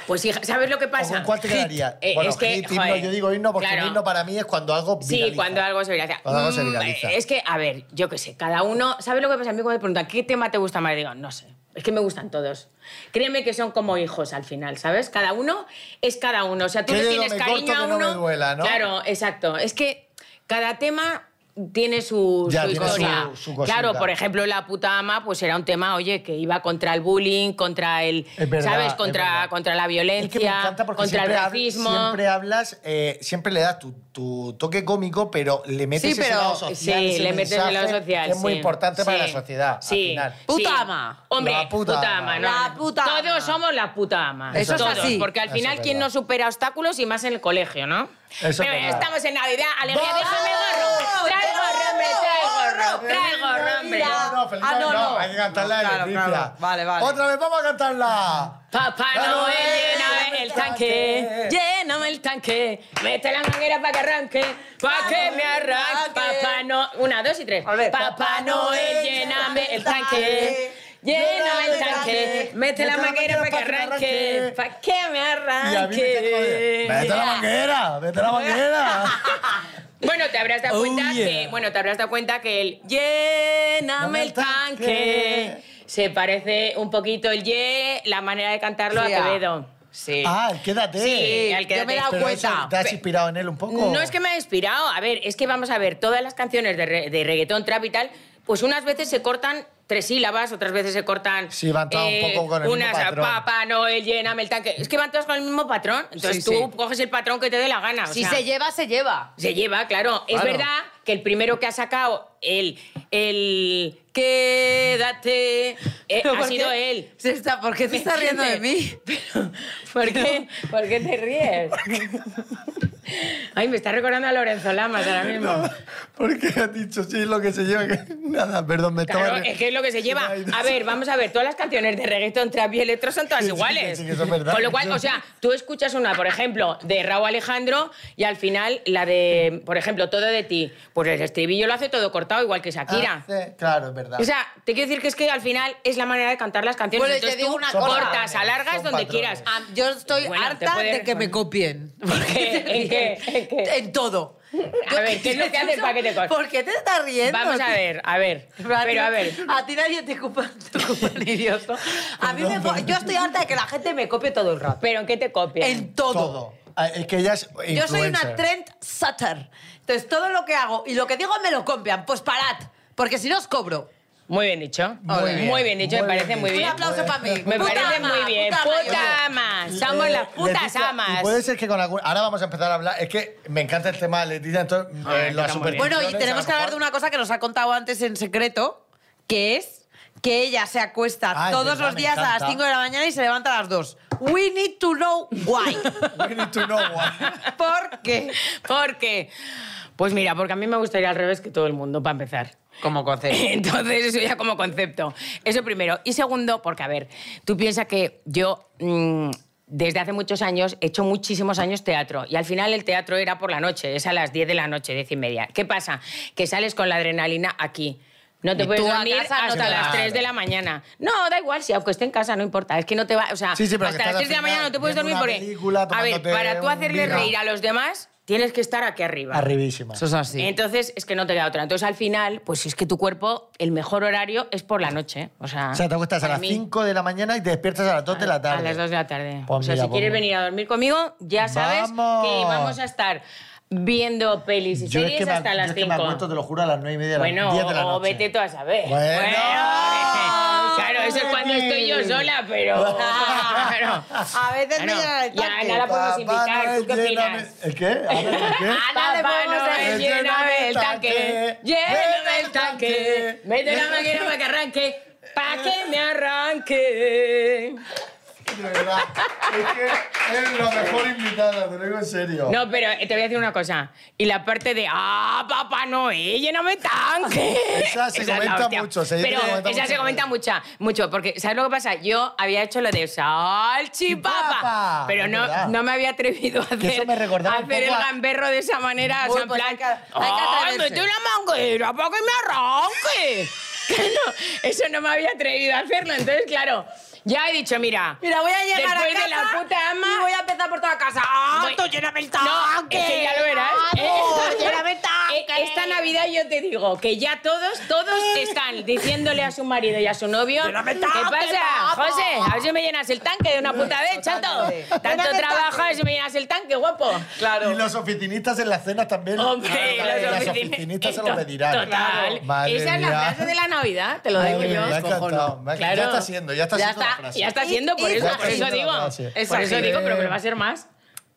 Speaker 5: Pues hija, ¿sabes lo que
Speaker 4: ¿O
Speaker 5: pasa?
Speaker 4: ¿Con cuál te
Speaker 5: Hit.
Speaker 4: quedaría?
Speaker 5: Eh,
Speaker 4: bueno,
Speaker 5: es que,
Speaker 4: hit, himno,
Speaker 5: joder,
Speaker 4: yo digo himno porque
Speaker 5: claro.
Speaker 4: el himno para mí es cuando algo viraliza.
Speaker 5: Sí, cuando algo se viraliza.
Speaker 4: Cuando algo se
Speaker 5: Mm,
Speaker 4: viraliza.
Speaker 5: eh, Es que, a ver, yo qué sé, cada uno. ¿Sabes lo que pasa? A mí cuando me preguntan, ¿qué tema te gusta más? Digo, no sé. Es que me gustan todos. Créeme que son como hijos al final, ¿sabes? Cada uno es cada uno. O sea, tú le
Speaker 4: Qué dedo
Speaker 5: tienes
Speaker 4: me
Speaker 5: cariño
Speaker 4: corto
Speaker 5: a
Speaker 4: que no
Speaker 5: uno.
Speaker 4: me duela, ¿no?
Speaker 5: Claro, exacto. Es que cada tema tiene su,
Speaker 4: Ya,
Speaker 5: su
Speaker 4: tiene su-
Speaker 5: historia.
Speaker 4: su cosita.
Speaker 5: claro, por ejemplo, La puta ama, pues era un tema, oye, que iba contra el bullying, contra el,
Speaker 4: Es verdad,
Speaker 5: ¿sabes?
Speaker 4: es
Speaker 5: Contra,
Speaker 4: verdad.
Speaker 5: contra
Speaker 4: Es
Speaker 5: la
Speaker 4: que me
Speaker 5: violencia,
Speaker 4: encanta porque
Speaker 5: contra el
Speaker 4: siempre, hab-
Speaker 5: racismo.
Speaker 4: siempre hablas, eh, siempre le das tu, tu toque cómico, pero le metes
Speaker 3: Sí,
Speaker 4: ese
Speaker 3: pero-
Speaker 4: lado social.
Speaker 5: Sí,
Speaker 4: ese
Speaker 5: le metes el lado
Speaker 4: mensaje
Speaker 5: social.
Speaker 4: que es muy
Speaker 5: sí.
Speaker 4: importante para la
Speaker 5: Sí,
Speaker 4: sociedad.
Speaker 5: sí,
Speaker 4: Al final.
Speaker 3: Puta
Speaker 5: sí.
Speaker 3: ama.
Speaker 5: Hombre,
Speaker 4: La puta ama.
Speaker 5: puta, ama. no,
Speaker 3: La
Speaker 5: no.
Speaker 3: puta ama.
Speaker 5: Todos somos la puta ama.
Speaker 3: Eso es
Speaker 5: Todos,
Speaker 3: así.
Speaker 5: Porque al
Speaker 4: Eso
Speaker 5: final,
Speaker 4: es
Speaker 5: ¿quién
Speaker 4: verdad.
Speaker 5: no supera obstáculos y más en el colegio, no?
Speaker 4: Eso es
Speaker 5: Pero
Speaker 4: verdad.
Speaker 5: estamos en Navidad. Alegría,
Speaker 4: ¡Vamos!
Speaker 5: déjame gorro. Trae gorro, hombre, trae gorro. Trae gorro, hombre.
Speaker 4: No, no, feliz
Speaker 3: Ah,
Speaker 4: Navidad,
Speaker 3: no,
Speaker 4: no,
Speaker 3: no.
Speaker 4: Hay que cantarla
Speaker 3: No,
Speaker 4: en
Speaker 3: claro,
Speaker 4: Leticia.
Speaker 3: claro. Vale, vale.
Speaker 4: Otra vez vamos a cantarla.
Speaker 5: Papá
Speaker 4: Papá
Speaker 5: Noel,
Speaker 4: Noel,
Speaker 5: lléname el tanque, lléname el tanque, mete la manguera para que arranque, para que me arranque. Papá Noel, una, dos y tres.
Speaker 3: ver.
Speaker 5: Papá Noel, lléname el tanque, lléname el tanque, mete la manguera para que arranque, para que me
Speaker 4: Y a mí me tengo
Speaker 5: arranque.
Speaker 4: de- Vete a la manguera, vete a la manguera.
Speaker 5: Bueno, te habrás dado
Speaker 4: Oh,
Speaker 5: cuenta
Speaker 4: yeah.
Speaker 5: que, bueno, te habrás dado cuenta que el lléname el tanque se parece un poquito el ye, la manera de cantarlo
Speaker 3: Sí,
Speaker 5: a
Speaker 3: ah.
Speaker 5: Quevedo.
Speaker 3: Sí.
Speaker 4: Ah, el quédate.
Speaker 5: Sí, al
Speaker 3: yo me he
Speaker 5: quédate.
Speaker 3: dado
Speaker 4: Pero eso,
Speaker 3: cuenta.
Speaker 4: ¿Te has inspirado en él un poco?
Speaker 5: No es que me haya inspirado. A ver, es que vamos a ver, todas las canciones de, re- de reggaetón, trap y tal, pues unas veces se cortan tres sílabas, otras veces se cortan... eh,
Speaker 4: Sí, van todas un poco con el mismo
Speaker 5: unas,
Speaker 4: patrón.
Speaker 5: Papá Noel, lléname el tanque. Es que van todas con el mismo patrón. Entonces
Speaker 3: Sí,
Speaker 5: tú
Speaker 3: sí.
Speaker 5: coges el patrón que te dé la gana. o
Speaker 3: si
Speaker 5: sea,
Speaker 3: se lleva, se lleva.
Speaker 5: se lleva, claro. Es
Speaker 4: Claro.
Speaker 5: verdad que el primero que ha sacado el... el quédate... eh,
Speaker 3: Pero
Speaker 5: ha
Speaker 3: ¿por qué
Speaker 5: sido él.
Speaker 3: Se está, ¿Por qué te estás riendo de mí?
Speaker 5: ¿Por qué? ¿Por qué te ríes? Ay, me está recordando a Lorenzo Lamas ahora mismo.
Speaker 4: Porque has dicho, sí, lo que se lleva. que- Nada, perdón, me estaba...
Speaker 5: Claro, es que es lo que se lleva.
Speaker 4: Ay, no
Speaker 5: A
Speaker 4: sé.
Speaker 5: ver, vamos a ver, todas las canciones de reggaetón, trap y electro son todas
Speaker 4: Sí, sí,
Speaker 5: iguales.
Speaker 4: sí, que eso es verdad.
Speaker 5: Con lo cual, o sea, tú escuchas una, por ejemplo, de Raúl Alejandro y al final la de, por ejemplo, Todo de ti, pues el estribillo lo hace todo cortado, igual que
Speaker 4: Ah,
Speaker 5: Shakira.
Speaker 4: sí, claro, es verdad.
Speaker 5: O sea, te quiero decir que es que al final es la manera de cantar las canciones.
Speaker 3: Bueno, y te
Speaker 5: Entonces
Speaker 3: digo
Speaker 5: tú
Speaker 3: una
Speaker 4: cosa.
Speaker 5: cortas,
Speaker 4: Son
Speaker 5: alargas
Speaker 4: patrones.
Speaker 5: donde quieras.
Speaker 3: Ah, Yo estoy
Speaker 5: Bueno, te
Speaker 3: harta
Speaker 5: puedes
Speaker 3: de que me
Speaker 5: responder.
Speaker 3: copien.
Speaker 5: qué? ¿En qué? ¿En qué?
Speaker 3: En todo.
Speaker 5: A ver, ¿qué es lo que haces para que te copien?
Speaker 3: ¿Por qué te estás riendo?
Speaker 5: Vamos a ver, a ver. Pero a ver.
Speaker 3: A ti nadie te ocupa, te ocupa ni Dios, ¿no? A mí me, co- yo estoy harta de que la gente me copie todo el rato.
Speaker 5: ¿Pero en qué te copias?
Speaker 3: En todo.
Speaker 4: todo. Ah, Es que ella es
Speaker 3: Yo soy una
Speaker 4: influencer.
Speaker 3: trend sutter. Entonces, todo lo que hago y lo que digo me lo copian. Pues parad, porque si no os cobro.
Speaker 5: Muy bien dicho.
Speaker 3: Muy
Speaker 5: Muy bien,
Speaker 3: bien.
Speaker 5: dicho, me
Speaker 4: Muy
Speaker 5: parece
Speaker 4: bien
Speaker 5: muy
Speaker 4: dicho.
Speaker 5: bien.
Speaker 3: Un aplauso para mí.
Speaker 5: Me
Speaker 3: Puta
Speaker 5: parece
Speaker 3: ama,
Speaker 5: muy bien.
Speaker 3: puta ama, yo
Speaker 5: Puta ama. Somos
Speaker 4: Eh,
Speaker 5: las putas
Speaker 4: Leticia,
Speaker 5: amas.
Speaker 4: Y puede ser que con algún... Ahora vamos a empezar a hablar. Es que me encanta el tema de Leticia, entonces...
Speaker 5: Ah,
Speaker 4: eh,
Speaker 5: que
Speaker 4: las
Speaker 5: está muy bien.
Speaker 3: Bueno, y
Speaker 4: supersticiones,
Speaker 3: tenemos
Speaker 4: a
Speaker 3: que
Speaker 4: lo
Speaker 3: hablar de
Speaker 4: mejor-
Speaker 3: una cosa que nos ha contado antes en secreto, que es que ella se acuesta
Speaker 4: Ah, es
Speaker 3: todos
Speaker 4: verdad,
Speaker 3: los
Speaker 4: me
Speaker 3: días a las
Speaker 4: encanta.
Speaker 3: 5 de la mañana y se levanta a las 2. We need to know why.
Speaker 4: We need to know why.
Speaker 3: ¿Por qué?
Speaker 5: ¿Por qué? Pues mira, porque a mí me gustaría al revés que todo el mundo, para empezar.
Speaker 3: Como concepto.
Speaker 5: Entonces, eso ya como concepto. Eso primero. Y segundo, porque, a ver, tú piensas que yo mm, desde hace muchos años he hecho muchísimos años teatro. Y al final el teatro era por la noche, es a las 10 de la noche, 10 y media. ¿Qué pasa? Que sales con la adrenalina aquí. No te
Speaker 3: Y
Speaker 5: puedes
Speaker 3: tú a
Speaker 5: dormir
Speaker 3: casa no
Speaker 5: hasta
Speaker 3: te
Speaker 5: las
Speaker 3: vas.
Speaker 5: 3 de la mañana. No, da igual, si aunque esté en casa, no importa. Es que no te va. O sea,
Speaker 4: Sí, sí, pero que
Speaker 5: hasta
Speaker 4: estás
Speaker 5: las
Speaker 4: al
Speaker 5: 3 de la mañana
Speaker 4: final
Speaker 5: no te puedes
Speaker 4: viendo
Speaker 5: dormir
Speaker 4: una
Speaker 5: porque.
Speaker 4: película,
Speaker 5: a ver,
Speaker 4: tomándote
Speaker 5: para tú
Speaker 4: un
Speaker 5: hacerle
Speaker 4: vino.
Speaker 5: reír a los demás, tienes que estar aquí arriba.
Speaker 4: Arribísima.
Speaker 3: Eso es así.
Speaker 5: Entonces, es que no te queda otra. Entonces, al final, pues si es que tu cuerpo, el mejor horario es por la noche. ¿eh? O sea,
Speaker 4: O sea, te acuestas a
Speaker 5: para
Speaker 4: las
Speaker 5: mí,
Speaker 4: 5 de la mañana y te despiertas a las 2 de la tarde.
Speaker 5: A las 2 de la tarde.
Speaker 4: Pues
Speaker 5: o sea,
Speaker 4: mira,
Speaker 5: si
Speaker 4: pues
Speaker 5: quieres
Speaker 4: mira.
Speaker 5: venir a dormir conmigo, ya sabes
Speaker 4: ¡Vamos!
Speaker 5: que vamos a estar viendo pelis y
Speaker 4: Yo es
Speaker 5: series
Speaker 4: que me,
Speaker 5: hasta
Speaker 4: yo
Speaker 5: las
Speaker 4: es que me acuesto,
Speaker 5: 5.
Speaker 4: te lo juro, a las 9 y media de
Speaker 5: Bueno,
Speaker 4: la, 10 de la
Speaker 5: o
Speaker 4: noche.
Speaker 5: vete tú a saber.
Speaker 4: Bueno.
Speaker 5: claro, eso es cuando estoy yo sola, pero. Claro.
Speaker 3: A veces me llegan
Speaker 5: Claro.
Speaker 3: al
Speaker 5: Y a Ana
Speaker 3: tanque.
Speaker 5: la podemos
Speaker 4: Papá
Speaker 5: invitar. ¿Tú qué
Speaker 4: Noel, lléname-
Speaker 5: opinas?
Speaker 4: ¿El qué? Ana, ¿el qué?
Speaker 5: Ana le
Speaker 3: Papá
Speaker 5: podemos
Speaker 3: Noel,
Speaker 5: decir, lléname eh. el tanque, lléname el tanque, mete la máquina para que arranque, pa' que me arranque.
Speaker 4: De verdad, es que es la mejor invitada, te lo digo en serio.
Speaker 5: No, pero eh, te voy a decir una cosa. Y la parte de, ah, Papá Noel, lléname el tanque.
Speaker 4: Esa se
Speaker 5: es la
Speaker 4: comenta
Speaker 5: hostia.
Speaker 4: mucho, se dice
Speaker 5: Pero
Speaker 4: que se comenta
Speaker 5: esa
Speaker 4: mucho.
Speaker 5: se comenta mucha, mucho, porque ¿sabes lo que pasa? Yo había hecho lo de salchipapa,
Speaker 4: Salchipapa,
Speaker 5: pero
Speaker 4: es
Speaker 5: no,
Speaker 4: verdad.
Speaker 5: no me había atrevido a
Speaker 4: Que eso
Speaker 5: hacer,
Speaker 4: me recordaba
Speaker 5: a
Speaker 4: un
Speaker 5: hacer el
Speaker 4: poco a-
Speaker 5: gamberro de esa manera.
Speaker 3: Bueno,
Speaker 5: o sea, en
Speaker 3: pues hay
Speaker 5: plan,
Speaker 3: que- hay que
Speaker 5: ¡ay,
Speaker 3: atreverse".
Speaker 5: mete una manguera para que me arranque! Que no, eso no me había atrevido a hacerlo, entonces, claro. Ya he dicho, mira.
Speaker 3: Mira, voy a llegar a
Speaker 5: después
Speaker 3: casa
Speaker 5: de la puta ama.
Speaker 3: y voy a empezar por toda casa. ¡Ah,
Speaker 5: Voy-
Speaker 3: tú lléname el
Speaker 5: No,
Speaker 3: tanque!
Speaker 5: es que ya lo verás.
Speaker 3: ¡Ah,
Speaker 5: Eh,
Speaker 3: tú, lléname el
Speaker 5: eh,
Speaker 3: tanque!
Speaker 5: Esta Navidad yo te digo que ya todos, todos están diciéndole a su marido y a su novio
Speaker 3: Lléname el
Speaker 5: ¿Qué
Speaker 3: tanque,
Speaker 5: pasa,
Speaker 3: guapo".
Speaker 5: José? A ver si me llenas el tanque de una puta vez, chato.
Speaker 3: Totalmente.
Speaker 5: Tanto
Speaker 3: Lléname el
Speaker 5: trabajo, a ver
Speaker 3: tanque.
Speaker 5: si me llenas el tanque, guapo. Claro.
Speaker 4: Y los oficinistas en las cenas también.
Speaker 5: Hombre,
Speaker 4: Claro,
Speaker 5: los
Speaker 4: las
Speaker 5: oficin-
Speaker 4: oficinistas se
Speaker 5: Esto-
Speaker 4: lo pedirán.
Speaker 5: Total.
Speaker 4: Madre
Speaker 5: Esa es la
Speaker 4: mía.
Speaker 5: frase de la Navidad, te lo digo
Speaker 4: Madre
Speaker 5: yo.
Speaker 4: mía, me ha encantado,
Speaker 5: cojono.
Speaker 4: me ha- ya está siendo, ya está siendo la frase.
Speaker 5: Ya está
Speaker 3: Y-
Speaker 5: siendo, por
Speaker 3: y
Speaker 5: eso,
Speaker 3: está
Speaker 5: por eso
Speaker 4: siendo la
Speaker 5: digo.
Speaker 4: frase. Es
Speaker 5: Por eso
Speaker 4: así.
Speaker 5: digo, pero que va a ser más.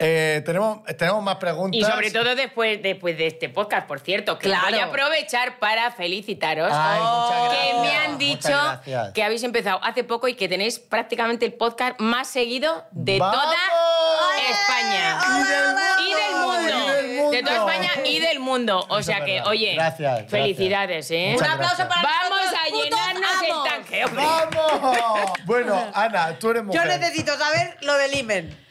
Speaker 4: Eh, tenemos, tenemos más preguntas.
Speaker 5: Y sobre todo después, después de este podcast, por cierto, que
Speaker 3: Claro.
Speaker 5: voy a aprovechar para felicitaros. Oh,
Speaker 4: Ay, muchas gracias,
Speaker 5: que me han
Speaker 4: muchas
Speaker 5: dicho
Speaker 4: gracias.
Speaker 5: que habéis empezado hace poco y que tenéis prácticamente el podcast más seguido de
Speaker 4: ¡Vamos!
Speaker 5: toda
Speaker 4: ¡Ole!
Speaker 5: España.
Speaker 4: Y del
Speaker 5: Y del mundo.
Speaker 4: mundo. Y del mundo.
Speaker 5: De toda España y del mundo. O
Speaker 4: es
Speaker 5: sea que,
Speaker 4: verdad.
Speaker 5: oye,
Speaker 4: Gracias, gracias.
Speaker 5: felicidades, ¿eh?
Speaker 4: Muchas
Speaker 3: Un aplauso
Speaker 4: gracias.
Speaker 3: para
Speaker 5: Vamos
Speaker 3: nosotros,
Speaker 5: a
Speaker 3: putos
Speaker 5: llenarnos
Speaker 3: amos.
Speaker 5: el tanque, hombre.
Speaker 4: ¡Vamos! Bueno, Ana, tú eres
Speaker 3: Yo
Speaker 4: mujer.
Speaker 3: necesito saber lo del imen.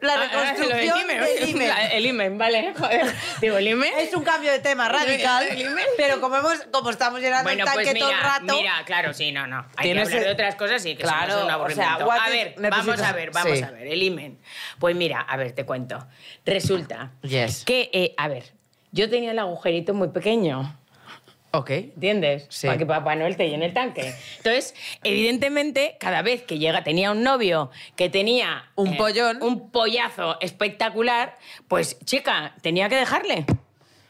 Speaker 3: La
Speaker 5: Ah, ah, lo del
Speaker 3: reconstrucción
Speaker 5: imen.
Speaker 3: del imen.
Speaker 5: La- eh. El imen, vale. Joder. Digo, el imen.
Speaker 3: Es un cambio de tema radical,
Speaker 5: ¿El imen?
Speaker 3: pero como, hemos, como estamos llenando el
Speaker 5: Bueno,
Speaker 3: tanque
Speaker 5: pues mira,
Speaker 3: todo el rato...
Speaker 5: mira, claro, sí, no, no. Hay que
Speaker 3: Tienes
Speaker 5: hablar
Speaker 3: el-
Speaker 5: de otras cosas y que
Speaker 3: Claro,
Speaker 5: somos un
Speaker 3: o
Speaker 5: aburrimiento.
Speaker 3: sea, what
Speaker 5: a
Speaker 3: is-
Speaker 5: ver, vamos
Speaker 3: necesitas-
Speaker 5: a ver, vamos
Speaker 3: sí.
Speaker 5: a ver, el imen. Pues mira, a ver, te cuento. Resulta
Speaker 3: Yes.
Speaker 5: que, eh, a ver, yo tenía el agujerito muy pequeño.
Speaker 3: Ok.
Speaker 5: ¿Entiendes?
Speaker 3: Sí.
Speaker 5: Para que Papá Noel te llene el tanque. Entonces, evidentemente, cada vez que llega, tenía un novio que tenía. eh,
Speaker 3: Un pollón.
Speaker 5: Un pollazo espectacular, pues, chica, tenía que dejarle.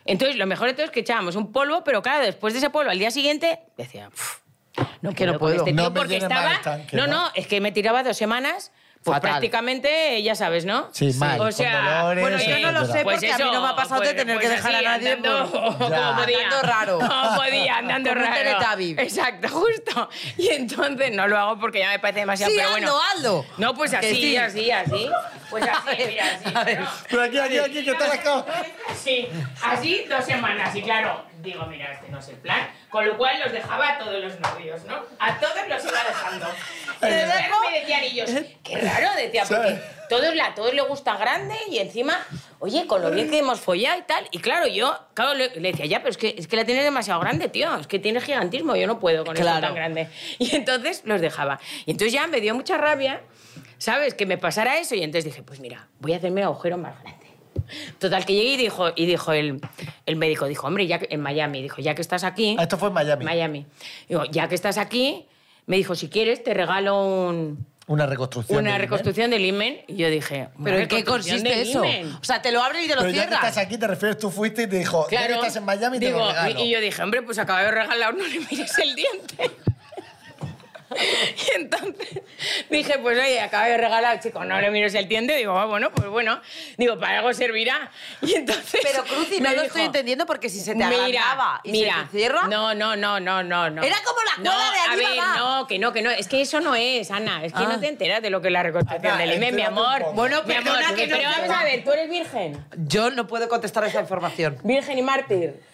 Speaker 5: Entonces, lo mejor de todo es que echábamos un polvo, pero claro, después de ese polvo, al día siguiente, decía. "Uf, No
Speaker 3: que no
Speaker 5: con
Speaker 3: puedo".
Speaker 5: este
Speaker 4: No
Speaker 5: tío",
Speaker 4: me
Speaker 5: porque
Speaker 4: llene más
Speaker 5: estaba.
Speaker 4: el tanque,
Speaker 5: no,
Speaker 4: ¿no?
Speaker 5: no, es que me tiraba dos semanas. Pues
Speaker 3: Fatal.
Speaker 5: prácticamente, eh, ya sabes, ¿no?
Speaker 4: Sí, mal,
Speaker 5: O
Speaker 4: con
Speaker 5: sea,
Speaker 4: dolores,
Speaker 3: Bueno, yo no lo sé
Speaker 5: pues
Speaker 3: porque a mí
Speaker 5: eso,
Speaker 3: no me ha pasado de
Speaker 5: pues-
Speaker 3: tener
Speaker 5: pues
Speaker 3: que dejar
Speaker 5: así,
Speaker 3: a nadie
Speaker 5: andando,
Speaker 3: por-
Speaker 5: como
Speaker 3: Andando
Speaker 5: podía.
Speaker 3: raro.
Speaker 5: Como podía, andando
Speaker 3: Como un
Speaker 5: raro.
Speaker 3: Teletubby.
Speaker 5: Exacto, justo. Y entonces no lo hago porque ya me parece demasiado,
Speaker 3: Sí,
Speaker 5: pero
Speaker 3: Aldo,
Speaker 5: bueno.
Speaker 3: Aldo.
Speaker 5: No, pues así,
Speaker 3: sí.
Speaker 5: así, así. Pues así, mira, así.
Speaker 3: a ver.
Speaker 5: ¿no?
Speaker 4: Pero aquí, aquí, aquí, que está la cámara.
Speaker 5: Sí, así dos semanas. Y claro, digo, mira, este no es el plan. Con lo cual los dejaba a todos los novios, ¿no? A todos los iba dejando. Y
Speaker 4: Te
Speaker 5: después me decían ellos,
Speaker 4: Eh.
Speaker 5: qué raro, decía, porque
Speaker 4: ¿Sabes?
Speaker 5: todos, la, todos le gusta grande y encima, oye, con lo
Speaker 4: Eh.
Speaker 5: bien que hemos follado y tal. Y claro, yo, claro, le, le decía, ya, pero es que, es que la tienes demasiado grande, tío. Es que tienes gigantismo, yo no puedo con
Speaker 3: Claro.
Speaker 5: esto tan grande. Y entonces los dejaba. Y entonces ya me dio mucha rabia, ¿sabes? Que me pasara eso. Y entonces dije, pues mira, voy a hacerme agujero más grande. Total, que llegué y dijo, y dijo el, el médico, dijo, hombre, ya que, en Miami, dijo, ya que estás aquí,
Speaker 4: Ah, Esto fue en Miami.
Speaker 5: Miami, digo, ya que estás aquí, me dijo, si quieres te regalo un-
Speaker 4: Una reconstrucción.
Speaker 5: una
Speaker 4: del
Speaker 5: reconstrucción del imen. Y yo dije, ¿una
Speaker 3: ¿Pero en qué
Speaker 5: reconstrucción
Speaker 3: consiste
Speaker 5: del
Speaker 3: eso?
Speaker 5: himen?
Speaker 3: O sea, te lo abres y te lo
Speaker 4: Pero ya que
Speaker 3: cierras.
Speaker 4: estás aquí, te refieres, tú fuiste y te dijo, ya que estás en Miami, te
Speaker 5: digo,
Speaker 4: lo regalo.
Speaker 5: y, y yo dije, hombre, pues acabo de regalar, no le mires el diente. Y entonces dije, pues oye, acabo de regalar, chico, no le mires el diente. Digo, ah, bueno, pues bueno. Digo, para algo servirá. Y entonces.
Speaker 3: Pero Cruci, no
Speaker 5: me
Speaker 3: lo
Speaker 5: dijo,
Speaker 3: estoy entendiendo porque si se te agrandaba y se te cierra...
Speaker 5: No, no, no, no, no, no.
Speaker 3: Era como la cola
Speaker 5: No,
Speaker 3: de arriba,
Speaker 5: A ver,
Speaker 3: va.
Speaker 5: no, que no, que no. Es que eso no es, Ana. Es que
Speaker 3: Ah.
Speaker 5: no te enteras de lo que es la reconstrucción
Speaker 4: Ana,
Speaker 5: del IME, mi
Speaker 4: entérate un
Speaker 5: amor.
Speaker 4: poco.
Speaker 3: Bueno,
Speaker 5: Mi amor,
Speaker 3: perdona que no
Speaker 5: Pero
Speaker 3: te-
Speaker 5: vamos a ver, ¿tú eres virgen?
Speaker 3: Yo no puedo contestar esa información.
Speaker 5: Virgen y mártir.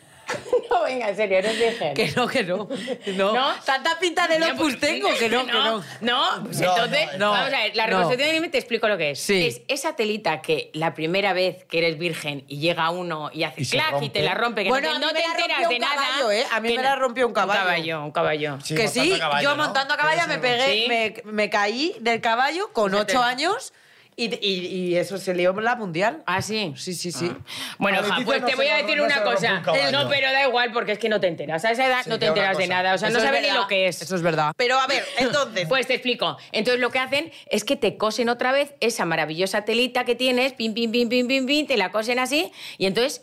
Speaker 5: No, venga, en serio, eres virgen.
Speaker 3: Que no, que no. No.
Speaker 5: ¿No?
Speaker 3: Tanta pinta de
Speaker 5: No,
Speaker 3: locus
Speaker 5: pues,
Speaker 3: tengo que no, que no.
Speaker 5: No, pues
Speaker 4: No,
Speaker 5: entonces,
Speaker 4: no,
Speaker 5: vamos a ver, la
Speaker 3: no.
Speaker 5: reconstrucción del IME te explico lo que es.
Speaker 3: Sí.
Speaker 5: Es esa telita que la primera vez que eres virgen y llega uno y hace
Speaker 4: Y se
Speaker 5: clac y
Speaker 4: rompe.
Speaker 5: te la rompe, que
Speaker 3: Bueno,
Speaker 5: no te,
Speaker 3: a mí
Speaker 5: no
Speaker 3: me la
Speaker 5: te enteras
Speaker 3: rompió
Speaker 5: de
Speaker 3: un
Speaker 5: nada.
Speaker 3: caballo, ¿eh? A mí
Speaker 5: que
Speaker 3: me
Speaker 5: no-
Speaker 3: la rompió un caballo.
Speaker 5: Un caballo, un caballo.
Speaker 3: que
Speaker 4: montando
Speaker 3: sí,
Speaker 4: a caballo,
Speaker 3: yo
Speaker 4: ¿no?
Speaker 3: montando a caballo
Speaker 4: Sí,
Speaker 3: me
Speaker 4: sí,
Speaker 3: pegué,
Speaker 5: sí.
Speaker 3: me, me caí del caballo con
Speaker 5: Se te-
Speaker 3: ocho años y, y- y eso se lió la mundial.
Speaker 5: Ah, sí.
Speaker 3: Sí, sí, sí.
Speaker 5: Bueno,
Speaker 4: A
Speaker 5: ja,
Speaker 4: Leticia
Speaker 5: pues
Speaker 4: no
Speaker 5: te
Speaker 4: se
Speaker 5: voy
Speaker 4: la
Speaker 5: a
Speaker 4: rom-
Speaker 5: decir
Speaker 4: no se
Speaker 5: una
Speaker 4: la rompe
Speaker 5: cosa.
Speaker 4: un caballo.
Speaker 5: No, pero da igual porque es que no te enteras. A esa edad
Speaker 4: Sí,
Speaker 5: no
Speaker 4: que
Speaker 5: te
Speaker 4: una
Speaker 5: enteras de
Speaker 4: cosa.
Speaker 5: nada. O sea,
Speaker 3: Eso
Speaker 5: no
Speaker 3: es
Speaker 5: sabes ni
Speaker 3: verdad,
Speaker 5: lo que es.
Speaker 3: Eso es verdad. Pero a ver, entonces.
Speaker 5: Pues te explico. Entonces lo que hacen es que te cosen otra vez esa maravillosa telita que tienes, pim, pim, pim, pim, pim, pim, te la cosen así y entonces...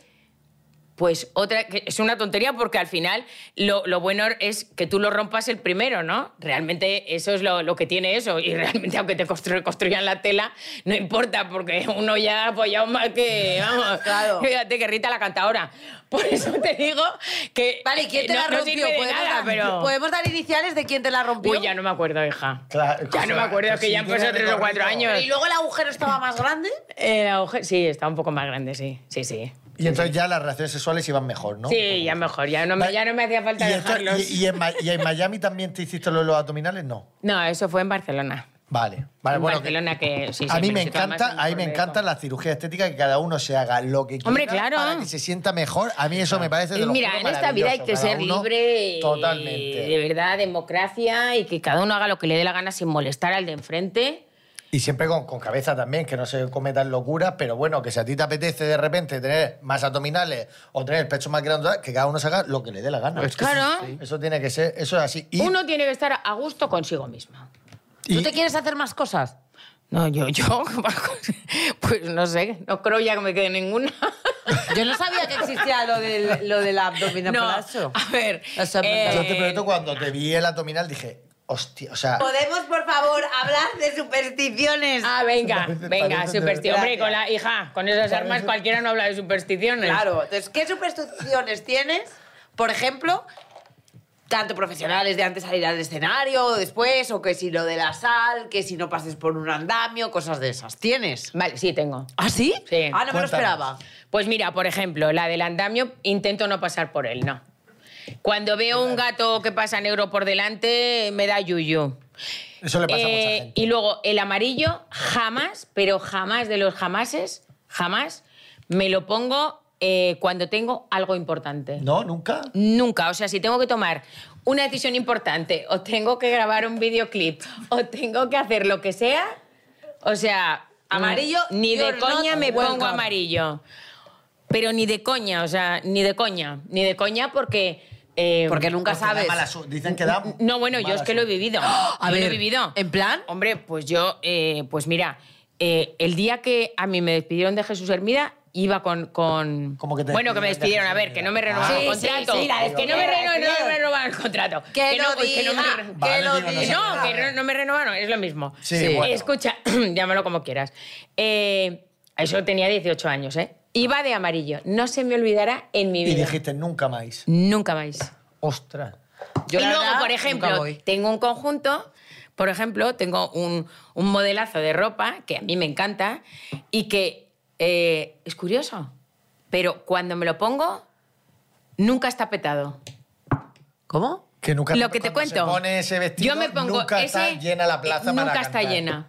Speaker 5: Pues otra, que es una tontería porque al final lo, lo bueno es que tú lo rompas el primero, ¿no? Realmente eso es lo, lo que tiene eso y realmente aunque te constru- construyan la tela, no importa porque uno ya ha apoyado más que, vamos,
Speaker 3: Claro.
Speaker 5: fíjate que Rita la canta ahora. Por eso te digo que...
Speaker 3: vale, ¿y quién te
Speaker 5: no-
Speaker 3: la
Speaker 5: no
Speaker 3: rompió?
Speaker 5: sirve de
Speaker 3: ¿Podemos,
Speaker 5: nada,
Speaker 3: dar,
Speaker 5: pero...
Speaker 3: podemos dar iniciales de quién te la rompió?
Speaker 5: Uy, ya no me acuerdo, hija.
Speaker 4: Claro,
Speaker 5: ya no me acuerdo,
Speaker 4: pues
Speaker 5: que
Speaker 4: sí,
Speaker 5: ya han
Speaker 4: tiene
Speaker 5: pasado tres o cuatro
Speaker 4: recorrido.
Speaker 5: años.
Speaker 3: Y luego el agujero estaba más grande.
Speaker 5: El agujero- sí, está un poco más grande, sí. Sí, sí.
Speaker 4: Y entonces ya las relaciones sexuales iban mejor, ¿no?
Speaker 5: Sí, ya mejor, ya no me, ya no me hacía falta
Speaker 4: y, esto-
Speaker 5: dejarlos.
Speaker 4: y- y en, Ma- y en Miami también te hiciste lo de los abdominales, no.
Speaker 5: No, eso fue en Barcelona.
Speaker 4: Vale, vale,
Speaker 5: en
Speaker 4: bueno.
Speaker 5: Barcelona, que sí,
Speaker 4: a
Speaker 5: sí,
Speaker 4: mí
Speaker 5: pero
Speaker 4: me
Speaker 5: se toma más
Speaker 4: encanta,
Speaker 5: el
Speaker 4: a mí me
Speaker 5: cordero.
Speaker 4: encantan las cirugías estéticas que cada uno se haga lo que quiera
Speaker 5: Hombre, claro.
Speaker 4: para que se sienta mejor. A mí eso me parece
Speaker 5: Y
Speaker 4: de lo
Speaker 5: Eh, mira,
Speaker 4: juro,
Speaker 5: en esta vida hay que
Speaker 4: maravilloso.
Speaker 5: ser
Speaker 4: Cada uno-
Speaker 5: libre y de
Speaker 4: totalmente.
Speaker 5: verdad democracia y que cada uno haga lo que le dé la gana sin molestar al de enfrente.
Speaker 4: Y siempre con, con cabeza también, que no se cometan locuras, pero bueno, que si a ti te apetece de repente tener más abdominales o tener el pecho más grande, que cada uno se haga lo que le dé la gana.
Speaker 3: Pues
Speaker 5: Claro.
Speaker 4: Eso tiene que ser, eso es así. Y,
Speaker 5: Uno tiene que estar a gusto consigo mismo.
Speaker 4: y-
Speaker 3: ¿Tú te quieres hacer más cosas?
Speaker 5: No, yo, yo, pues no sé, no creo ya que me quede ninguna.
Speaker 3: Yo no sabía que existía lo del, lo del abdominoplastia.
Speaker 5: a ver. eh,
Speaker 3: Los abdominales.
Speaker 4: yo te prometo, cuando te vi el abdominal dije, hostia, o sea,
Speaker 3: ¿Podemos, por favor, hablar de supersticiones?
Speaker 5: Ah, venga,
Speaker 4: Parece-
Speaker 5: venga,
Speaker 4: parece-
Speaker 5: superstición. Hombre,
Speaker 3: Gracias.
Speaker 5: con la hija, con esas armas
Speaker 4: Parece-
Speaker 5: cualquiera no habla de supersticiones.
Speaker 3: Claro, entonces, ¿qué supersticiones tienes? Por ejemplo, tanto profesionales de antes de salir al escenario, o después, o que si lo de la sal, que si no pases por un andamio, cosas de esas. ¿Tienes?
Speaker 5: Vale, sí, tengo.
Speaker 3: ¿Ah, sí?
Speaker 5: Sí.
Speaker 3: Ah, no me lo
Speaker 4: Cuéntanos.
Speaker 3: esperaba.
Speaker 5: Pues mira, por ejemplo, la del andamio, intento no pasar por él, no. Cuando veo un gato que pasa negro por delante, me da yuyu.
Speaker 4: eso le pasa a
Speaker 5: Eh,
Speaker 4: mucha gente.
Speaker 5: Y luego el amarillo, jamás, pero jamás de los jamases, jamás me lo pongo eh, cuando tengo algo importante.
Speaker 4: ¿No? ¿Nunca?
Speaker 5: Nunca. O sea, si tengo que tomar una decisión importante, o tengo que grabar un videoclip, o tengo que hacer lo que sea, o sea.
Speaker 3: Amarillo,
Speaker 5: Ni de
Speaker 3: you're not
Speaker 5: coña me
Speaker 3: welcome.
Speaker 5: pongo amarillo. Pero ni de coña, o sea, ni de coña. Ni de coña porque. eh,
Speaker 3: Porque nunca
Speaker 4: Porque da
Speaker 3: sabes.
Speaker 4: mala su- Dicen que da.
Speaker 5: no, bueno, yo
Speaker 4: mala
Speaker 5: es que lo he
Speaker 4: suerte.
Speaker 5: vivido.
Speaker 3: A
Speaker 5: Yo lo he
Speaker 3: ver,
Speaker 5: vivido.
Speaker 3: ¿en plan?
Speaker 5: Hombre, pues yo, eh, pues mira, eh, el día que a mí me despidieron de Jesús Hermida, iba con. con
Speaker 4: ¿Como que te
Speaker 5: bueno, que me
Speaker 4: despidieron
Speaker 5: despidieron,
Speaker 4: de
Speaker 5: a ver,
Speaker 4: Jesús
Speaker 5: que no me
Speaker 4: Hermida?
Speaker 5: renovaron
Speaker 3: Ah.
Speaker 5: el
Speaker 3: Sí, sí,
Speaker 5: contrato.
Speaker 3: sí, la
Speaker 5: que no me,
Speaker 3: despidieron,
Speaker 5: reno- no me
Speaker 3: despidieron.
Speaker 5: renovaron el contrato.
Speaker 3: Que lo
Speaker 5: que no me
Speaker 3: diga,
Speaker 5: re-
Speaker 4: Vale,
Speaker 3: que lo
Speaker 4: digo, no
Speaker 5: que
Speaker 3: diga.
Speaker 5: no, que no, no me renovaron, es lo mismo.
Speaker 4: Sí, Sí. bueno.
Speaker 5: Escucha, llámalo como quieras. Eh, eso tenía 18 años, ¿eh? Iba de amarillo. No se me olvidará en mi
Speaker 4: Y
Speaker 5: vida.
Speaker 4: dijiste nunca más.
Speaker 5: Nunca más
Speaker 4: Ostras.
Speaker 3: Yo,
Speaker 5: y
Speaker 3: la
Speaker 5: luego,
Speaker 3: verdad,
Speaker 5: por
Speaker 3: nunca
Speaker 5: ejemplo,
Speaker 3: voy.
Speaker 5: tengo un conjunto, por ejemplo, tengo un, un modelazo de ropa que a mí me encanta y que eh, es curioso, pero cuando me lo pongo, nunca está petado.
Speaker 3: ¿Cómo?
Speaker 4: Que nunca
Speaker 5: lo que te
Speaker 4: cuando se
Speaker 5: cuento.
Speaker 4: pone ese vestido,
Speaker 5: yo me pongo
Speaker 4: nunca está
Speaker 5: ese,
Speaker 4: llena la plaza
Speaker 5: Nunca
Speaker 4: para
Speaker 5: está
Speaker 4: cantar.
Speaker 5: llena.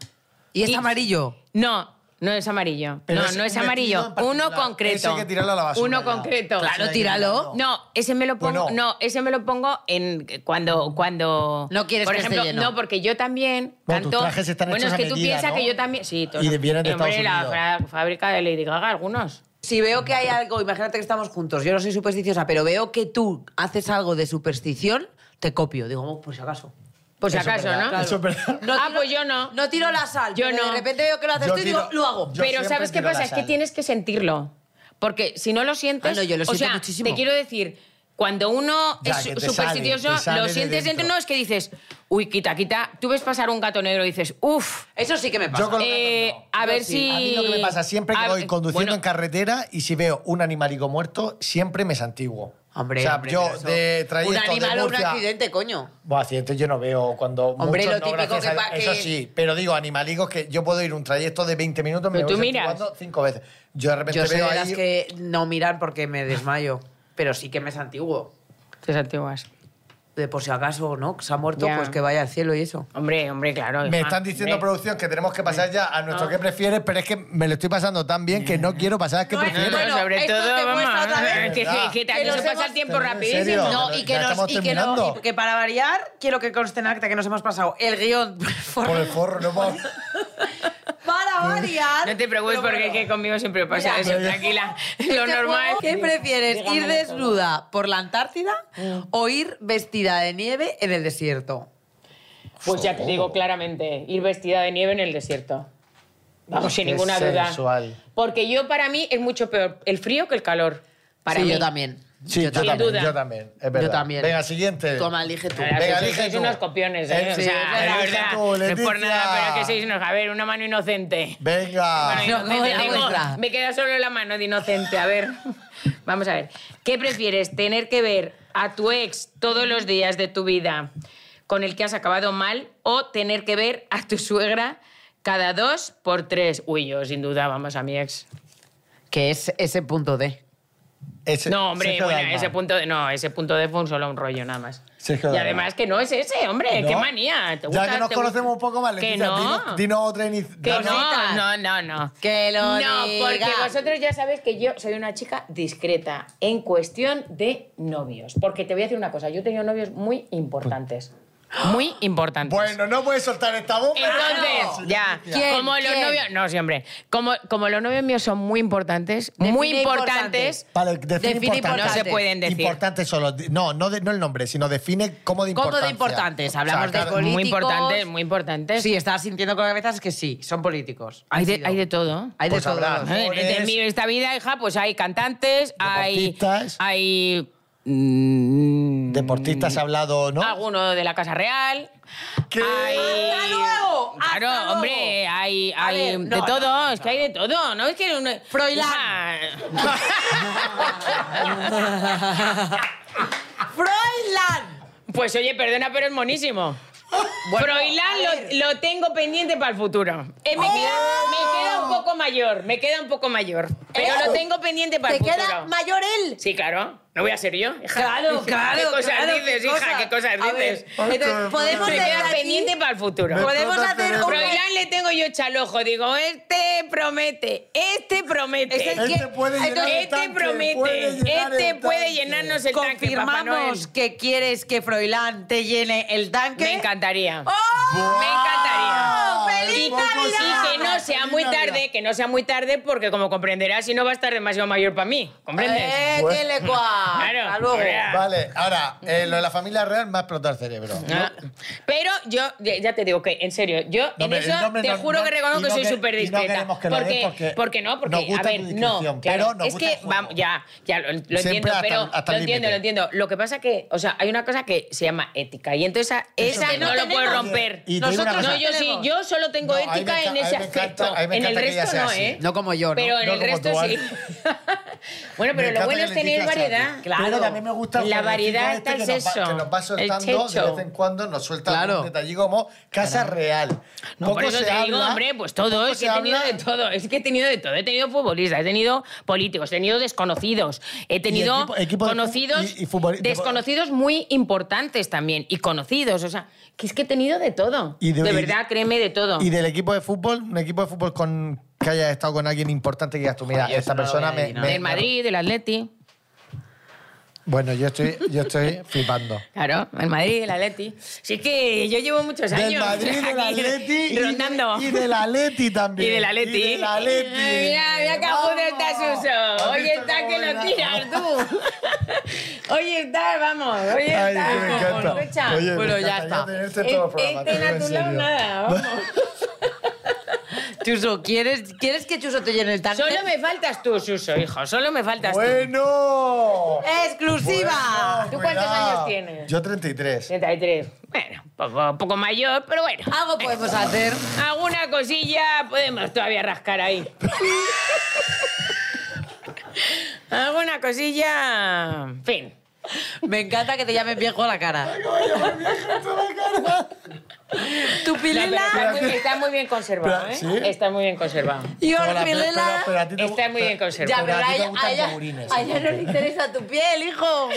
Speaker 3: ¿Y es
Speaker 5: Y-
Speaker 3: amarillo?
Speaker 5: No, no es amarillo.
Speaker 4: Pero
Speaker 5: no,
Speaker 4: es
Speaker 5: no es
Speaker 4: un vestido
Speaker 5: amarillo.
Speaker 4: en particular.
Speaker 5: Uno concreto.
Speaker 4: Ese hay que tirarlo a la basura
Speaker 5: Uno
Speaker 4: ya.
Speaker 5: concreto.
Speaker 3: Claro,
Speaker 4: Ese hay que
Speaker 3: tíralo.
Speaker 4: tirarlo.
Speaker 5: No, ese me lo
Speaker 4: Pues
Speaker 5: pongo.
Speaker 4: no.
Speaker 5: no. ese me lo pongo en cuando cuando
Speaker 3: No quieres
Speaker 5: por
Speaker 3: que esté
Speaker 5: ejemplo,
Speaker 3: lleno.
Speaker 5: no porque yo también
Speaker 4: Bueno, tus
Speaker 5: canto-
Speaker 4: trajes están
Speaker 5: Bueno,
Speaker 4: hechos
Speaker 5: es
Speaker 4: a
Speaker 5: que tú
Speaker 4: medida,
Speaker 5: piensas
Speaker 4: ¿no?
Speaker 5: que yo también sí, todos-
Speaker 4: Y vienen de
Speaker 5: eh, hombre,
Speaker 4: Estados
Speaker 5: la fra- fábrica de Lady Gaga algunos.
Speaker 3: Si veo que hay algo, imagínate que estamos juntos, yo no soy supersticiosa, pero veo que tú haces algo de superstición, te copio. Digo, oh, por si acaso.
Speaker 5: Por si
Speaker 4: Eso es
Speaker 5: acaso,
Speaker 4: verdad,
Speaker 5: ¿no?
Speaker 4: claro. Eso es verdad.
Speaker 3: No
Speaker 5: ah,
Speaker 3: tiro-
Speaker 5: pues yo no.
Speaker 3: No tiro la sal,
Speaker 5: Yo
Speaker 3: pero
Speaker 5: no.
Speaker 3: de repente veo que lo haces
Speaker 4: Yo
Speaker 3: tú y digo,
Speaker 4: tiro-
Speaker 3: lo hago.
Speaker 4: yo-
Speaker 5: Pero
Speaker 4: siempre
Speaker 5: ¿sabes qué
Speaker 4: tiro la
Speaker 5: pasa? Es que
Speaker 4: sal.
Speaker 5: tienes que sentirlo. Porque si no lo sientes...
Speaker 3: Ah, no, yo lo
Speaker 5: o
Speaker 3: siento
Speaker 5: sea,
Speaker 3: muchísimo.
Speaker 5: te quiero decir, cuando uno
Speaker 4: Ya,
Speaker 5: es
Speaker 4: que te
Speaker 5: supersticioso,
Speaker 4: sale, te sale
Speaker 5: lo
Speaker 4: de
Speaker 5: sientes dentro.
Speaker 4: dentro.
Speaker 5: No, es que dices, uy, quita, quita. Tú ves pasar un gato negro y dices, uff...
Speaker 3: Eso sí que me pasa.
Speaker 4: Yo con los
Speaker 5: eh,
Speaker 4: gatos no.
Speaker 5: a ver
Speaker 4: Sí,
Speaker 5: si...
Speaker 4: A mí lo que me pasa siempre
Speaker 3: Ah,
Speaker 4: que
Speaker 5: a-
Speaker 3: eh,
Speaker 4: voy conduciendo
Speaker 5: bueno,
Speaker 4: en carretera y si veo un animalico muerto, siempre me santiguo.
Speaker 3: Hombre,
Speaker 4: o sea,
Speaker 3: hombre,
Speaker 4: yo
Speaker 3: pero eso-
Speaker 4: de
Speaker 3: Un
Speaker 4: trayecto
Speaker 3: animal
Speaker 4: de
Speaker 3: o un
Speaker 4: Murcia...
Speaker 3: accidente, coño.
Speaker 4: Bueno, accidentes yo no veo cuando...
Speaker 3: Hombre,
Speaker 4: muchos
Speaker 3: lo
Speaker 4: no,
Speaker 3: típico
Speaker 4: gracias
Speaker 3: que
Speaker 4: a-
Speaker 3: va que-
Speaker 4: Eso sí, pero digo, animalicos que yo puedo ir un trayecto de 20 minutos, me
Speaker 5: Pero
Speaker 4: voy
Speaker 5: tú miras.
Speaker 4: santiguando cinco veces. Yo de repente
Speaker 3: Yo
Speaker 4: Pues
Speaker 3: soy
Speaker 4: veo
Speaker 3: de las
Speaker 4: ahí...
Speaker 3: que no miran porque me desmayo, pero sí que me es antiguo.
Speaker 5: Te santiguas.
Speaker 3: De por si acaso, ¿no? Que se ha muerto,
Speaker 5: Ya.
Speaker 3: pues que vaya al cielo y eso.
Speaker 5: Hombre, hombre, claro.
Speaker 4: Me
Speaker 5: hija,
Speaker 4: están diciendo,
Speaker 5: hombre.
Speaker 4: producción, que tenemos que pasar ya a nuestro
Speaker 5: Ah.
Speaker 4: que prefieres, pero es que me lo estoy pasando tan bien que no quiero pasar a qué
Speaker 3: Mm. No,
Speaker 5: No, no,
Speaker 4: prefieres.
Speaker 3: Bueno,
Speaker 5: sobre
Speaker 3: esto te
Speaker 5: todo,
Speaker 3: muestra
Speaker 5: vamos.
Speaker 3: otra vez
Speaker 5: Que, que, que,
Speaker 3: que
Speaker 5: aquí
Speaker 3: nos
Speaker 5: se pasa
Speaker 3: hemos-
Speaker 5: el tiempo
Speaker 4: Pero en
Speaker 5: rapidísimo.
Speaker 4: serio.
Speaker 5: No,
Speaker 3: No,
Speaker 4: pero
Speaker 3: y
Speaker 4: ya
Speaker 3: que, nos,
Speaker 4: estamos
Speaker 3: y, que no-
Speaker 4: terminando.
Speaker 3: y que para variar, quiero que conste en acta que nos hemos pasado el guión.
Speaker 4: Por el forro, no puedo-
Speaker 3: para variar.
Speaker 5: no te preocupes
Speaker 3: Pero
Speaker 5: porque
Speaker 3: bueno.
Speaker 5: que conmigo siempre pasa
Speaker 3: Mira,
Speaker 5: eso, tranquila. Lo
Speaker 3: Este
Speaker 5: normal.
Speaker 3: juego, ¿Qué prefieres, ir desnuda por la Antártida o ir vestida de nieve en el desierto?
Speaker 5: Pues ya te digo claramente, ir vestida de nieve en el desierto. Vamos, sin
Speaker 4: Qué
Speaker 5: ninguna duda.
Speaker 4: sensual.
Speaker 5: Porque yo para mí es mucho peor el frío que el calor. Para
Speaker 3: sí,
Speaker 5: mí.
Speaker 3: yo también.
Speaker 4: Sí, yo también,
Speaker 5: duda.
Speaker 4: yo también, es verdad.
Speaker 3: Yo también.
Speaker 4: Venga, siguiente.
Speaker 3: Toma, elige tú.
Speaker 5: La verdad
Speaker 4: Venga,
Speaker 5: que
Speaker 4: elige
Speaker 5: sois
Speaker 4: tú.
Speaker 5: unos copiones, ¿eh?
Speaker 4: Eh,
Speaker 5: o
Speaker 4: sí,
Speaker 5: sea, la
Speaker 4: elige
Speaker 5: verdad.
Speaker 4: tú, Ah.
Speaker 5: no es por
Speaker 4: Leticia.
Speaker 5: nada, pero es que sois unos. A ver, una mano inocente.
Speaker 4: Venga.
Speaker 5: Bueno,
Speaker 3: No,
Speaker 5: inocente,
Speaker 3: ¿cómo la
Speaker 5: tengo-
Speaker 3: vuestra?
Speaker 5: me queda solo la mano de inocente. A ver, vamos a ver. ¿Qué prefieres, tener que ver a tu ex todos los días de tu vida con el que has acabado mal o tener que ver a tu suegra cada dos por tres? Uy, yo sin duda, vamos a mi ex.
Speaker 3: Que es ese punto D.
Speaker 4: Ese-
Speaker 5: No, hombre,
Speaker 4: Sergio
Speaker 5: bueno,
Speaker 4: Dalma.
Speaker 5: ese punto de, no, ese punto de fue un solo un rollo nada más.
Speaker 4: Sergio
Speaker 5: y
Speaker 4: Dalma.
Speaker 5: además que no es ese, hombre,
Speaker 4: ¿No?
Speaker 5: eh, qué manía. ¿Te gusta-
Speaker 4: ya que nos
Speaker 5: te gusta-
Speaker 4: conocemos un poco más,
Speaker 5: Que
Speaker 4: Leticia,
Speaker 5: no.
Speaker 4: dinos, dinos otra inici-
Speaker 5: Que
Speaker 3: Cositas.
Speaker 5: no, no, no, no.
Speaker 3: Que lo
Speaker 5: No, porque
Speaker 3: diga.
Speaker 5: vosotros ya sabéis que yo soy una chica discreta en cuestión de novios. Porque te voy a decir una cosa, yo he tenido novios muy importantes. Muy importantes.
Speaker 4: Bueno, no puedes soltar esta bomba.
Speaker 5: Eh, Entonces, ya,
Speaker 3: ¿Quién?
Speaker 5: como los
Speaker 3: ¿Quién?
Speaker 5: novios, no, siempre, como, como los novios míos son muy importantes,
Speaker 3: Define
Speaker 5: muy importantes,
Speaker 4: Vale, define,
Speaker 3: Define
Speaker 4: importante.
Speaker 5: no se pueden decir.
Speaker 4: Importante solo. di- No, no, de- no el nombre, sino define cómo de
Speaker 3: Cómo
Speaker 4: importante.
Speaker 3: de importantes, hablamos de
Speaker 4: claro,
Speaker 3: políticos.
Speaker 5: Muy importantes, muy importantes.
Speaker 3: Sí, estás sintiendo con la cabeza es que sí, son políticos.
Speaker 5: Hay de,
Speaker 3: Coincido.
Speaker 5: hay de todo.
Speaker 3: Hay de
Speaker 4: Pues
Speaker 3: todo.
Speaker 4: habrá, ¿no?
Speaker 5: A ver,
Speaker 4: Actores.
Speaker 5: en mi- esta vida, hija, pues hay cantantes, hay.
Speaker 4: Deportistas.
Speaker 5: Hay. mm,
Speaker 4: Deportistas ha hablado, ¿no?
Speaker 5: Alguno de la Casa Real.
Speaker 4: ¿Qué?
Speaker 5: Hay,
Speaker 3: ¡Hasta luego! ¡Hasta
Speaker 5: Claro,
Speaker 3: luego!
Speaker 5: hombre, hay,
Speaker 3: A
Speaker 5: hay
Speaker 3: ver,
Speaker 5: de
Speaker 3: no,
Speaker 5: todo,
Speaker 3: no,
Speaker 5: es que hay de todo, ¿no? Es que. uno-
Speaker 3: Froilán.
Speaker 5: Hija,
Speaker 3: ¡Froilán!
Speaker 5: Pues oye, perdona, pero es monísimo. Froilán lo, lo tengo pendiente para el futuro. Eh, me, queda,
Speaker 3: Oh.
Speaker 5: me queda un poco mayor, me queda un poco mayor. Pero lo tengo pendiente para
Speaker 3: ¿Eh? ¿Te
Speaker 5: el futuro.
Speaker 3: queda mayor él?
Speaker 5: Sí, claro. No voy a ser yo. hija.
Speaker 3: Claro, claro.
Speaker 5: ¿Qué cosas
Speaker 3: claro,
Speaker 5: dices,
Speaker 3: qué
Speaker 5: hija?
Speaker 3: cosa.
Speaker 5: ¿Qué cosas
Speaker 3: A ver,
Speaker 5: dices?
Speaker 3: entonces, podemos
Speaker 5: Me
Speaker 3: leer
Speaker 5: queda
Speaker 3: aquí?
Speaker 5: pendiente para el futuro.
Speaker 4: Me
Speaker 3: Podemos
Speaker 4: explota el
Speaker 3: hacer
Speaker 4: cerebro.
Speaker 3: como-
Speaker 5: Froilán le tengo yo chalojo. Digo, este promete, este promete.
Speaker 3: Es el que-
Speaker 4: Este puede llenar
Speaker 3: Entonces,
Speaker 4: el
Speaker 5: Este
Speaker 4: tanque,
Speaker 5: promete,
Speaker 4: puede llenar
Speaker 5: este
Speaker 4: el
Speaker 5: puede
Speaker 4: tanque.
Speaker 5: llenarnos Pues el tanque, Papá Noel.
Speaker 3: Confirmamos que quieres que Froilán te llene el tanque.
Speaker 5: Me encantaría. Oh,
Speaker 3: ¡Oh!
Speaker 5: Me
Speaker 4: ¡Guau!
Speaker 5: encantaría.
Speaker 3: ¡Feliz
Speaker 5: Y-
Speaker 3: Navidad!
Speaker 5: Y que no sea
Speaker 4: ¡Feliz
Speaker 5: muy
Speaker 4: Navidad!
Speaker 5: tarde, que no sea muy tarde, porque como comprenderás, si no va a estar demasiado mayor para mí. ¿Comprendes?
Speaker 3: ¡Eh,
Speaker 4: Pues-
Speaker 3: dile cuá!
Speaker 5: Claro.
Speaker 3: Hasta luego.
Speaker 5: Vea.
Speaker 4: Vale, ahora, eh, lo de la familia real me ha explotado el cerebro.
Speaker 5: Ah, Pero yo, ya ya te digo que, en serio, yo
Speaker 4: No,
Speaker 5: en
Speaker 4: hombre,
Speaker 5: eso
Speaker 4: el nombre
Speaker 5: te
Speaker 4: no-
Speaker 5: juro
Speaker 4: no-
Speaker 5: que
Speaker 4: y
Speaker 5: reconozco que
Speaker 4: no
Speaker 5: soy
Speaker 4: quere-
Speaker 5: súper
Speaker 4: y no
Speaker 5: discreta.
Speaker 4: queremos que lo
Speaker 5: porque,
Speaker 4: des porque
Speaker 5: porque no, porque
Speaker 4: nos gusta
Speaker 5: a
Speaker 4: tu
Speaker 5: ver, no,
Speaker 4: discreción,
Speaker 5: claro,
Speaker 4: pero nos
Speaker 5: es
Speaker 4: gusta
Speaker 5: que
Speaker 4: el juego.
Speaker 5: vamos, ya, ya lo, lo entiendo,
Speaker 4: hasta-
Speaker 5: pero
Speaker 4: hasta
Speaker 5: lo
Speaker 4: el
Speaker 5: entiendo,
Speaker 4: límite.
Speaker 5: lo entiendo. Lo que pasa que, o sea, hay una cosa que se llama ética y entonces esa, esa
Speaker 3: que no
Speaker 5: no, lo
Speaker 3: tenemos.
Speaker 5: puedes romper.
Speaker 4: Y te digo una
Speaker 5: Nosotros no,
Speaker 4: cosa.
Speaker 5: yo sí, yo solo tengo
Speaker 4: No, a mí me
Speaker 5: ética
Speaker 4: enca-
Speaker 5: en
Speaker 4: a mí
Speaker 5: ese
Speaker 4: me encanta-
Speaker 5: aspecto.
Speaker 4: a mí me
Speaker 5: en el
Speaker 4: encanta que ella
Speaker 5: resto
Speaker 4: sea
Speaker 5: no,
Speaker 4: así.
Speaker 5: ¿eh?
Speaker 3: No como yo, ¿no?
Speaker 5: Pero en
Speaker 4: No
Speaker 5: el
Speaker 4: como
Speaker 5: resto
Speaker 4: tú,
Speaker 5: sí.
Speaker 4: Ale.
Speaker 5: Bueno, pero
Speaker 4: Me
Speaker 5: lo
Speaker 4: encanta
Speaker 5: bueno
Speaker 4: que
Speaker 5: es
Speaker 4: le
Speaker 5: tener
Speaker 4: digas así.
Speaker 5: variedad. Claro.
Speaker 4: Pero también me gusta el
Speaker 5: La
Speaker 4: jueguecito
Speaker 5: variedad
Speaker 4: este
Speaker 5: está
Speaker 4: que nos, va-
Speaker 5: eso.
Speaker 4: que nos va
Speaker 5: el
Speaker 4: soltando de
Speaker 5: checho.
Speaker 4: vez en cuando, nos suelta
Speaker 3: Claro.
Speaker 4: un detalle como casa real.
Speaker 5: No, por eso te digo, hombre, pues todo,
Speaker 4: poco
Speaker 5: es que
Speaker 4: se
Speaker 5: he tenido
Speaker 4: habla-
Speaker 5: de todo, es que he tenido de todo, he tenido futbolistas, he tenido políticos, he tenido desconocidos, he tenido
Speaker 4: equipo- equipo de fútbol
Speaker 5: conocidos,
Speaker 4: y- y futboli- de-
Speaker 5: desconocidos muy importantes también, y conocidos, o sea, que es que he tenido de todo,
Speaker 4: Y de-
Speaker 5: de,
Speaker 4: y de-
Speaker 5: verdad, créeme, de todo.
Speaker 4: Y del equipo de fútbol, un equipo de fútbol con que haya estado con alguien importante que digas tú, mira,
Speaker 3: Joder,
Speaker 4: esta
Speaker 3: eso no lo
Speaker 4: persona
Speaker 3: voy a
Speaker 4: me,
Speaker 3: adivinar.
Speaker 4: me-
Speaker 5: del Madrid, del Atleti,
Speaker 4: Bueno, yo estoy, yo estoy flipando.
Speaker 5: claro, el Madrid, del Atleti. Sí que yo llevo muchos
Speaker 4: Del
Speaker 5: años
Speaker 4: Madrid, del
Speaker 5: aquí
Speaker 4: Atleti y,
Speaker 5: rondando.
Speaker 4: de- y del Atleti también.
Speaker 5: Y del Atleti.
Speaker 4: Y del Atleti.
Speaker 5: Ay, Mira, mira que
Speaker 4: Vamos.
Speaker 5: agudo está Suso.
Speaker 4: ¿Has
Speaker 5: Hoy
Speaker 4: visto
Speaker 5: está
Speaker 4: cómo
Speaker 5: que
Speaker 4: era?
Speaker 5: lo tiras tú. Hoy está, vamos. Hoy está.
Speaker 4: Ay, que me
Speaker 5: con
Speaker 4: encanta.
Speaker 5: fecha.
Speaker 4: Oye, me
Speaker 3: Bueno, ya
Speaker 4: encantaría
Speaker 3: está.
Speaker 4: tenerte en todo
Speaker 5: Este
Speaker 4: el programa, te
Speaker 5: este
Speaker 4: digo
Speaker 5: no a
Speaker 4: en
Speaker 5: tu lado
Speaker 4: serio.
Speaker 5: nada, vamos.
Speaker 3: Chuso, ¿quieres, ¿quieres que Chuso te llene el tanque?
Speaker 5: Solo me faltas tú, Suso, hijo. Solo me faltas tú.
Speaker 4: Bueno.
Speaker 3: ¡Exclusiva!
Speaker 5: ¿Tú cuántos
Speaker 4: Cuidado.
Speaker 5: años tienes?
Speaker 4: Yo 33.
Speaker 5: 33. Bueno, poco, poco mayor, pero bueno.
Speaker 3: Algo podemos hacer.
Speaker 5: Alguna cosilla podemos todavía rascar ahí. Alguna cosilla. En fin.
Speaker 3: Me encanta que te llamen viejo a la cara. Tu
Speaker 5: No, pero
Speaker 3: pilela
Speaker 5: está, muy, está muy bien conservado,
Speaker 4: Pero,
Speaker 5: ¿eh?
Speaker 4: ¿sí?
Speaker 5: Está muy bien conservado.
Speaker 3: y
Speaker 4: Pero
Speaker 3: ahora
Speaker 4: la- pero-
Speaker 3: pilela.
Speaker 4: pero a ti te
Speaker 5: Está muy bien
Speaker 4: gusta-
Speaker 3: Ya,
Speaker 5: conservado.
Speaker 3: pero
Speaker 4: a ti te
Speaker 3: a ella,
Speaker 4: gustan
Speaker 3: a ella-
Speaker 4: taburines,
Speaker 3: a ella no le interesa tu piel, hijo.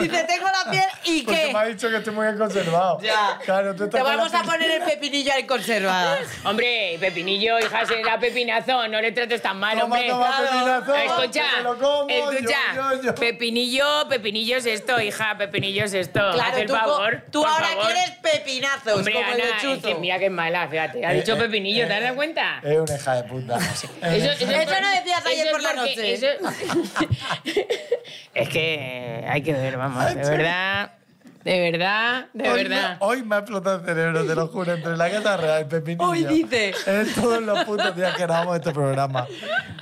Speaker 3: Dice, tengo la piel y
Speaker 4: Porque me ha
Speaker 3: qué.
Speaker 4: dicho que estoy muy bien conservado.
Speaker 3: Ya.
Speaker 4: Claro, tú estás
Speaker 3: Te
Speaker 4: con la
Speaker 3: vamos a
Speaker 4: piel-
Speaker 3: poner el pepinillo ahí conservada.
Speaker 5: Hombre, Pepinillo, hija, será pepinazo, no le trates tan mal,
Speaker 4: Toma,
Speaker 5: hombre.
Speaker 4: toma, pepinazo,
Speaker 5: escucha,
Speaker 4: que me lo como,
Speaker 5: escucha.
Speaker 4: yo, yo, yo.
Speaker 5: Pepinillo, Pepinillo es esto, hija, Pepinillo es esto. Haz
Speaker 3: Claro,
Speaker 5: el
Speaker 3: tú,
Speaker 5: favor.
Speaker 3: co- tú
Speaker 5: por
Speaker 3: ahora
Speaker 5: favor.
Speaker 3: quieres pepinazos,
Speaker 4: Pues
Speaker 5: Hombre,
Speaker 3: como
Speaker 5: Ana,
Speaker 3: yo
Speaker 5: es
Speaker 3: chuzo.
Speaker 5: que mira que mala, fíjate. Ha
Speaker 4: Eh,
Speaker 5: dicho
Speaker 4: eh,
Speaker 5: Pepinillo, ¿te has
Speaker 4: eh,
Speaker 5: dado cuenta?
Speaker 4: Es una hija de puta.
Speaker 3: Eso no decías ayer
Speaker 5: eso
Speaker 3: por
Speaker 5: es
Speaker 3: la
Speaker 5: porque-
Speaker 3: noche.
Speaker 5: eso- es que hay que ver, vamos, de
Speaker 4: Ay,
Speaker 5: verdad, de verdad, de
Speaker 4: Hoy
Speaker 5: verdad.
Speaker 4: me- hoy me ha explotado el cerebro, te lo juro, entre la casa real y el pepinillo.
Speaker 3: Hoy dice.
Speaker 4: Es todos los putos días que grabamos este programa.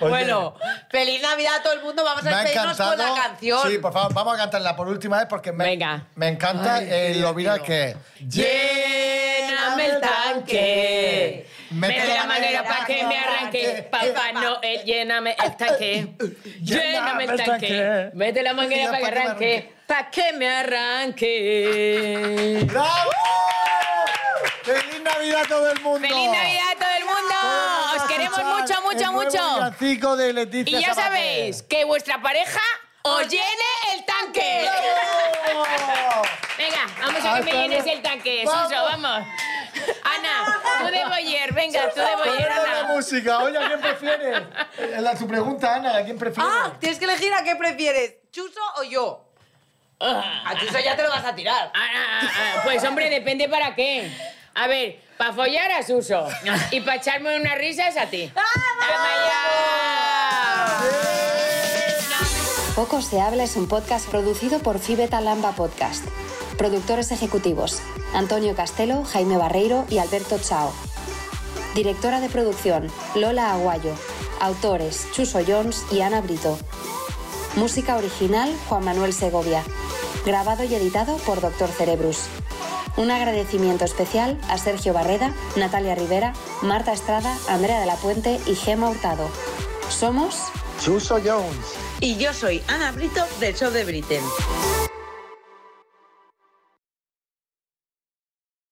Speaker 4: Oye,
Speaker 3: Bueno, feliz Navidad a todo el mundo. Vamos a
Speaker 4: me ha
Speaker 3: despedirnos
Speaker 4: encantado.
Speaker 3: con la canción.
Speaker 4: Sí, por favor, vamos a cantarla por última vez porque me,
Speaker 5: Venga.
Speaker 4: me encanta eh, lo viral que es.
Speaker 5: Lléname el tanque. Mete la manera para que me arranque. Papá Noel, lléname el tanque. Lléname el tanque. Mete la manguera para que arranque. Para que me arranque.
Speaker 4: ¡Bravo! ¡Feliz Navidad a todo el mundo!
Speaker 5: ¡Feliz Navidad a todo el mundo! ¡Os queremos queremos mucho,
Speaker 4: el
Speaker 5: mucho,
Speaker 4: nuevo
Speaker 5: mucho.
Speaker 4: villancico de Leticia
Speaker 5: Y ya
Speaker 4: Sabater.
Speaker 5: sabéis que vuestra pareja os llene el tanque.
Speaker 4: ¡Bravo!
Speaker 5: Venga, vamos a que me
Speaker 4: Hasta
Speaker 5: llenes
Speaker 4: luego.
Speaker 5: el tanque,
Speaker 4: Vamos.
Speaker 5: Suso, vamos. Ana, tú de Boyer, venga, tú de Boyer,
Speaker 4: Ponemos la
Speaker 5: Ana.
Speaker 4: música. Oye, ¿a quién prefieres? Eh, La, tu pregunta, Ana, ¿a quién prefieres?
Speaker 3: Ah, tienes que elegir a qué prefieres, Chuso o yo. A Chuso ya te lo vas a tirar.
Speaker 5: Ah, ah, ah, Pues hombre, depende para qué. A ver, para follar a Suso y para echarme unas risas a ti.
Speaker 3: Ah,
Speaker 5: ¡Vamos!
Speaker 6: Poco se habla es un podcast producido por Fibeta Lamba Podcast. Productores ejecutivos: Antonio Castelo, Jaime Barreiro y Alberto Chao. Directora de producción: Lola Aguayo. Autores: Chuso Jones y Ana Brito. Música original: Juan Manuel Segovia. Grabado y editado por Doctor Cerebrus. Un agradecimiento especial a Sergio Barreda, Natalia Rivera, Marta Estrada, Andrea de la Puente y Gema Hurtado. Somos
Speaker 4: Chuso Jones.
Speaker 7: Y yo soy Ana Brito del Show de Britain.